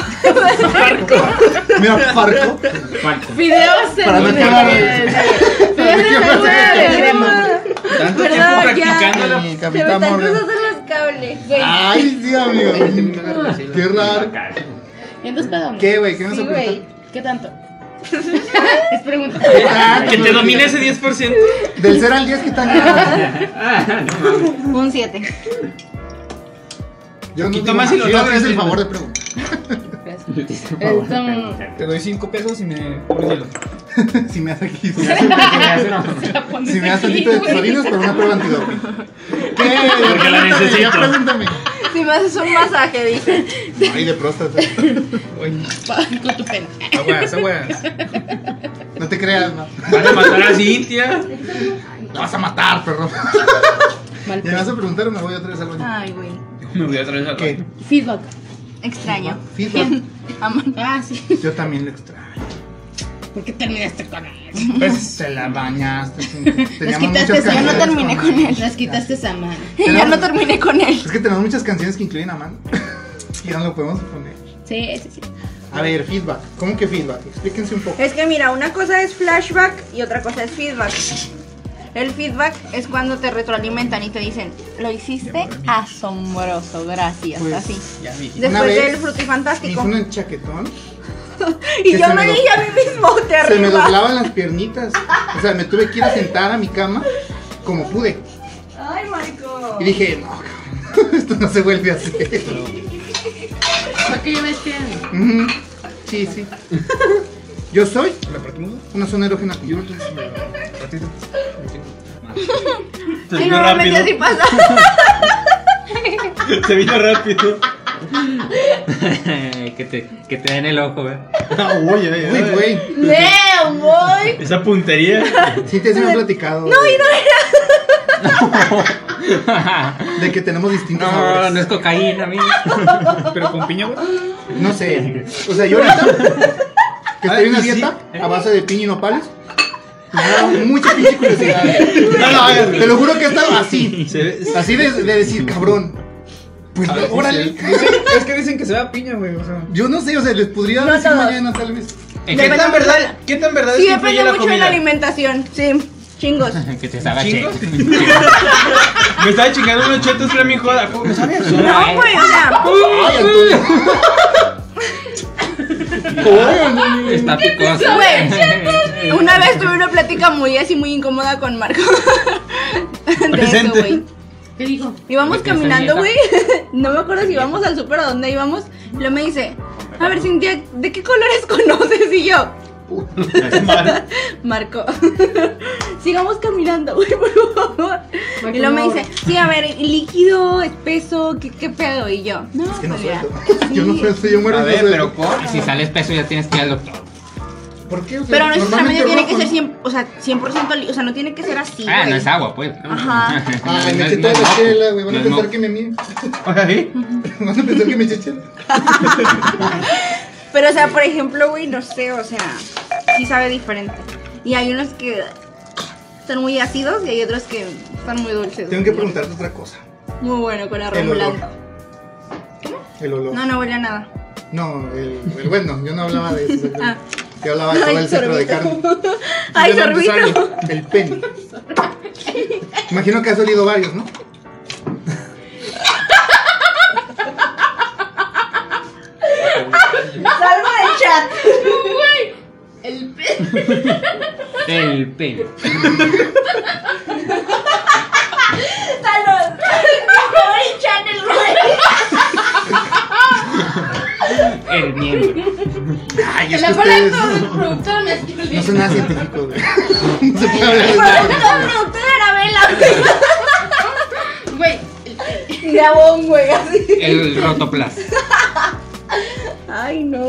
A: Mira, Farco.
H: Falco.
D: Videos en
A: Para no quemar.
D: Videos en
B: Güey,
D: el
B: no,
D: web.
E: Tanto tiempo
B: ¿Verdad? Ya.
A: Sí,
E: practicando.
B: Se me
A: Capitán
B: están
A: Morgan.
B: cruzando los cables. Güey. este
A: Ay, sí, amigo. Qué raro.
D: ¿Y entonces pedo?
A: ¿Qué, güey? ¿Qué nos
B: Sí, güey.
A: preguntar?
D: ¿Qué tanto? es pregunta.
A: Ah,
E: Que te domine ese 10%.
A: Del 0 al 10, ¿qué tan?
B: Un 7.
A: Yo no
E: Poquito
A: digo
E: más y lo
A: Yo
E: logras,
A: te el
E: Linda.
A: favor de preguntar.
F: Te doy cinco pesos y me pones hielo.
A: Si me hace aquí. Si me das tantito de tesorinos por una prueba antidoping. ¿Qué?
H: Porque la
A: Pregúntame, ya
H: necesito.
A: pregúntame.
B: Si me haces un masaje, dice.
A: Ay, de próstata.
F: Oye,
D: Con tu pena.
F: aguas, aguas.
A: No te creas, no.
E: Van a matar a Cintia.
A: La vas a matar, perro.
D: Mal
A: ¿Ya me vas a preguntar o me voy otra vez al baño?
B: Ay, güey.
E: Me voy a traer esa
A: ¿Qué?
D: Feedback.
B: Extraño.
A: Feedback.
B: Amo.
D: Ah, sí.
A: Yo también lo extraño.
D: ¿Por qué terminaste con él?
A: Pues te la bañaste. sí.
D: Las
A: Teníamos
D: quitaste
A: muchas
D: esa
B: Yo no
A: canciones
B: terminé con él.
D: Las quitaste esa mano.
B: Ya no terminé con él.
A: Es que tenemos muchas canciones que incluyen a mano. Y ya no lo podemos poner.
D: Sí, sí, sí.
A: A ver, feedback. ¿Cómo que feedback? Explíquense un poco.
B: Es que mira, una cosa es flashback y otra cosa es feedback. El feedback es cuando te retroalimentan y te dicen, lo hiciste asombroso, gracias,
A: Pues,
B: así.
E: Ya vi.
A: una
B: Después
A: vez
B: del
A: Me
B: frutifantástico.
A: hizo un chaquetón.
B: Y
A: que
B: yo
A: se
B: me
A: me do-
B: dije a mí mismo, te
A: Se me
B: arriba.
A: doblaban las piernitas. O sea, me tuve que ir a sentar a mi cama como pude.
B: Ay, Marco.
A: Y dije, no, cabrón, esto no se vuelve a hacer.
D: papá que lleva este año.
A: Ujú. Sí, sí. Yo soy
F: ¿Me partimos?
A: una zona erógena.
F: Ratito.
B: Sí, normalmente así pasa.
E: Se vino rápido.
H: que, te, que te den el ojo, güey.
E: Oye,
A: Uy, güey.
B: Damn, boy.
E: Esa puntería.
A: Sí te habían platicado. No, y no era. De que tenemos distintos
H: No,
A: sabores.
H: no es cocaína, mí.
F: Pero con piña, güey.
A: No sé. O sea, yo ahorita que estoy en una dieta a base de piña y nopales. Me da mucha pinche curiosidad. No, no, a ver, te lo juro que he estado así.
E: Se ve- se-
A: Así de, de decir, cabrón. Pues
E: A ver, sí,
A: órale.
E: sí.
F: Dicen- es que dicen que se da piña, güey. O sea.
A: Yo no sé, o sea, les podría
B: No
A: dar
B: todos.
A: mañana tal vez.
H: Es
E: ¿Qué
H: que,
E: tan verdad, ¿Qué tan verdad
B: Sí,
E: es que influye
B: depende
E: la
B: mucho de la
E: comida?
B: alimentación. Sí, chingos.
H: que te sabe a
E: ¿Chingos?
H: cheto.
E: Me estaba chingando unos chetos flaming hot. ¿A poco me sabe eso?
B: No, güey, o sea,
A: Ay, Antonio.
H: Está picoso.
B: Güey, una vez tuve una plática muy así, muy incómoda con Marco. De eso,
E: Presente.
B: güey.
D: ¿Qué dijo?
B: Íbamos
H: Lo que está
B: caminando,
H: niega.
B: güey. No me acuerdo si íbamos al súper o dónde íbamos. Lo me dice, a ver, Cintia, ¿de qué colores conoces? Y yo, Marco. Sigamos caminando, güey, por favor.
D: Marco,
B: y luego me
D: no.
B: dice, sí, a ver, líquido, espeso, ¿qué, qué pedo? Y yo, no,
A: Es que no
B: pues ya.
A: suelto. Yo no suelto, yo muero.
E: A
A: y no
E: ver,
A: suelto.
E: pero ¿cómo?
H: Si sales peso ya tienes que ir al doctor.
A: ¿Por qué? O sea,
B: Pero no necesariamente
A: normalmente
B: tiene que
A: rojo,
B: ser
A: ¿no?
B: 100, o sea, 100% li- o sea, no tiene que ser así.
H: Ah,
B: güey.
H: no es agua, pues.
B: Ajá.
A: Ay,
H: No
A: me
H: es-
A: eché
H: no
A: toda
H: es
A: la
H: moco.
A: chela, güey. Van a
H: No es
A: pensar
H: moco.
A: que me mía.
E: Oye, ¿sí?
A: Van a pensar que me eché chela.
B: Pero, o sea, por ejemplo, güey, no sé, o sea, sí sabe diferente. Y hay unos que están muy ácidos y hay otros que están muy dulces.
A: Tengo que
B: güey.
A: preguntarte otra cosa.
B: Muy bueno, con arroz
A: El olor.
B: blanco.
A: El olor.
B: No, no huele a nada.
A: No, el, el bueno, yo no hablaba de eso.
B: Ah.
A: Yo hablaba de todo
B: Ay,
A: el centro de carne.
B: sorbito. Ay,
A: Yo no
B: sorbito.
A: empezaba, El pene. Imagino que has olido varios, ¿no?
B: Salgo del chat.
D: El pe...
H: El pelo.
B: Salgo del chat el güey.
H: El miembro.
A: Ay,
D: El aparato del productor me escribió.
A: no son nada científicos, güey. No se puede hablar de eso.
B: Producto, producto de la vela.
D: Güey,
B: güey. Gabón, güey, así.
H: El rotoplas.
B: Ay, no.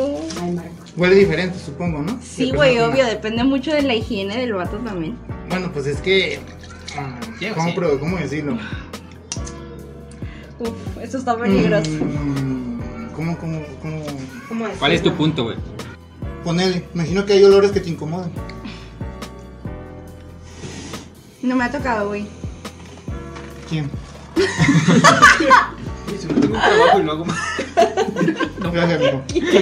A: Huele diferente, supongo, ¿no?
B: Sí,
A: Depende
B: güey,
A: de-
B: obvio, depende mucho de la higiene del vato también.
A: Bueno, pues es que. ah, ¿Cómo, pro- cómo decirlo?
B: Uf, eso está peligroso.
A: Mm, ¿Cómo, cómo, cómo?
D: ¿cómo es?
H: ¿Cuál es tu punto, güey?
A: Ponele, imagino que hay olores que te incomodan.
B: No me ha tocado, güey.
A: ¿Quién?
E: Se me tengo un trabajo y lo hago más.
A: Gracias, amigo.
E: Tengo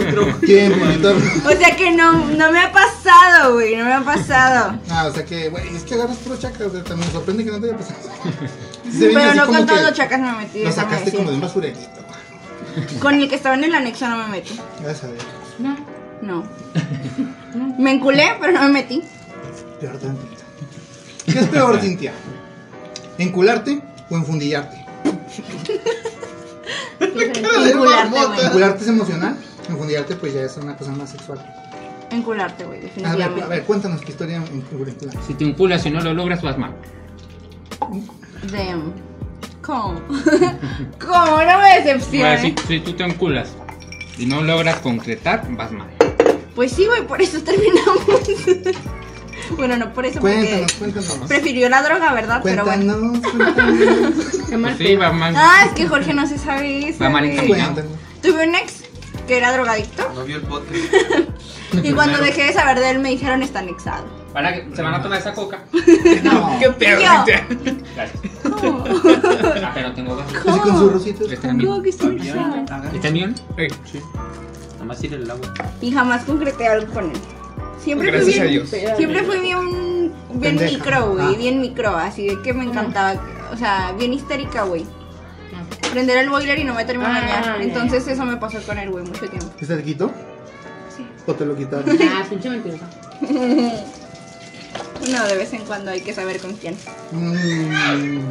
E: un trabajo.
A: ¿Quién, monitor?
B: O sea que no, no me ha pasado, güey, no me ha pasado.
A: Ah, o sea que, güey, es que agarras puro chacas, o sea, también me sorprende que no te haya pasado. Se ve
B: Pero
A: así
B: no
A: como
B: con todos
A: que
B: los chacas me metí.
A: Lo
B: déjame
A: sacaste como de un
B: decirte.
A: basurerito.
B: Con el que estaba en el anexo no me metí.
A: Gracias a Dios.
D: No.
B: No. Me enculé, pero no me metí.
A: Peor tantito. ¿Qué es peor, Cintia? ¿Encularte o enfundillarte?
B: Encularte, güey.
A: ¿Encularte es emocional? Enfundillarte pues ya es una cosa más sexual.
B: Encularte, güey,
A: A ver,
B: definitivamente.
A: a ver cuéntanos tu historia en curricular.
H: Si te inculas y no lo logras, vas mal.
B: Damn. um, ¿Cómo? ¿Cómo? No me
H: Ahora, si,
B: decepciones.
H: si tú te enculas y no logras concretar, vas mal.
B: Pues sí, güey, por eso terminamos. bueno, no por eso, porque
A: Cuéntanos, cuéntanos.
B: prefirió la droga, ¿verdad? Pero bueno.
A: Cuéntanos, cuéntanos.
D: Qué mal.
H: Pues Sí, va mal.
B: Ah, es que Jorge no se sabe eso.
H: Va mal
B: güey.
H: encaminado.
A: Cuéntanos.
B: Tuve un ex que era drogadicto
E: No vio el podcast.
B: y cuando
H: Claro.
B: dejé de saber de él me dijeron está anexado.
H: Van a- se van a tomar esa coca.
A: No.
F: Qué pedo,
B: Yo.
F: Cintia.
H: Gracias.
B: ¿Cómo?
H: Ah, pero tengo gas.
A: Así con sus rositos.
H: Este es mío.
B: ¿Cómo que está anexado?
H: ¿Este es mío?
F: Ey,
E: Nada más ir el agua.
B: Y jamás concreté algo con él. Siempre fui
F: Gracias a
B: bien,
F: Dios.
B: siempre fui bien, bien
A: Pendeja.
B: micro, güey,
A: Ah.
B: bien micro, así de que me encantaba, o sea, bien histérica, güey. Prender el boiler y no me termino de
D: Ah,
B: bañar.
D: ya.
B: Entonces eso me pasó con él, güey, mucho tiempo.
A: ¿Este te quitó?
B: Sí.
A: ¿O te lo quitaron?
D: Ah, pinche mentirosa.
B: No, de vez en cuando hay que saber con quién.
A: Mm.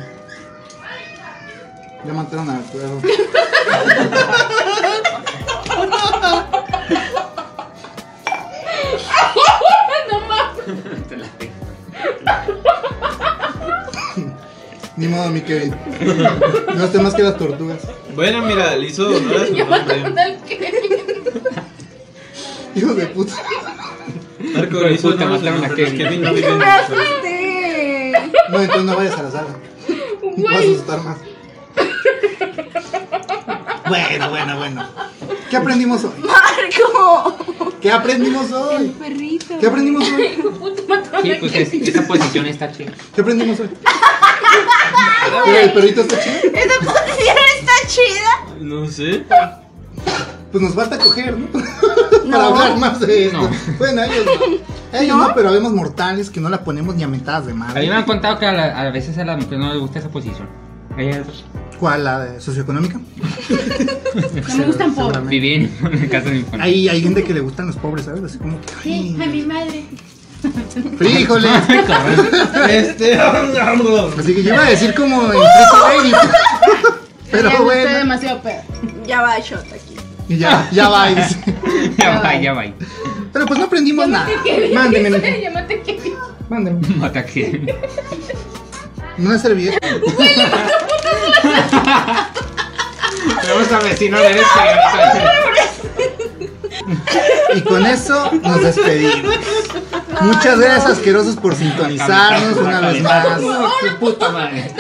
A: Ya mataron a Cuervo.
D: No mames.
H: Te la tengo.
A: Ni modo, mi Kevin. No esté más que las tortugas.
E: Bueno, mira, le hizo honor a su
D: Ya mataron
E: nombre.
D: al Kevin.
A: Hijo de puta.
E: Marco, le hizo
H: Puta,
E: honor a su
H: mataron a
E: nombre.
H: Kevin.
E: Kevin no vive en Venezuela.
B: Sí.
A: No, entonces no vayas a la sala. Te Vas a
D: Güey.
A: asustar más. Bueno, bueno, bueno. ¿Qué aprendimos hoy?
B: Marco.
A: ¿Qué aprendimos
B: El
A: hoy?
B: perrito.
A: ¿Qué aprendimos hoy?
D: Hijo de puta, mataron
H: Sí,
D: al
H: pues
D: Kevin.
H: es- esa posición está chida.
A: ¿Qué aprendimos hoy? Pero el perrito está chido.
B: Esta posición está chida.
E: No sé.
A: Pues nos falta coger, ¿no? Para hablar más de esto.
H: No.
A: Bueno, ellos no. Ellos no, pero vemos mortales que no la ponemos ni a mentadas de
H: A mí me
A: madre.
H: han contado que a, la- a veces a las mujeres no les gusta esa posición. Ellas
A: ¿Cuál? ¿La de socioeconómica?
D: No me gustan pobres.
A: Seguramente.
H: vivían en casa de mi familia.
A: Hay, hay gente que le gustan los pobres, ¿sabes? Así como que.
D: Sí, a
A: ay,
D: mi madre.
A: ¡Frijoles!
E: Este.
A: Así que yo iba a decir como. en Pretty Lady.
D: Ya
A: Pero
D: no estoy
A: bueno.
D: demasiado pedo.
B: Ya va shot aquí.
A: Y ya, ya va. y dice.
H: Ya va, ya va.
A: Pero pues no aprendimos nada.
D: Llámate Kevin.
A: Mándeme.
D: Llámate Kevin.
A: Mándeme.
H: Mata que.
A: No es servilleta.
H: Tenemos al vecino de derecha.
A: Y con eso nos despedimos. Muchas gracias, asquerosos, por sintonizarnos una vez más.
H: Puta madre.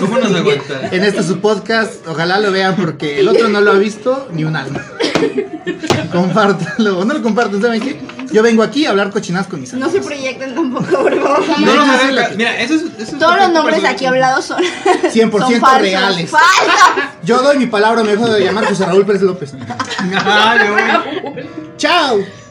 E: ¿Cómo nos aguanta?
A: En este su podcast, ojalá lo vean porque el otro no lo ha visto ni un alma. Compártalo, no lo compartan, ¿saben qué? Yo vengo aquí a hablar cochinadas con mis
B: No
A: amigos.
B: se proyecten tampoco, por favor.
E: No nos
A: Déjasela
E: agarra.
A: que-
E: Mira, eso es. eso es
B: Todos los nombres
E: personal.
B: aquí hablados son.
A: 100%
B: son falsos.
A: reales.
B: ¡Falsos!
A: Yo doy mi palabra, me dejo de llamar José Raúl Pérez López.
E: Ah, yo.
A: ¡Chao!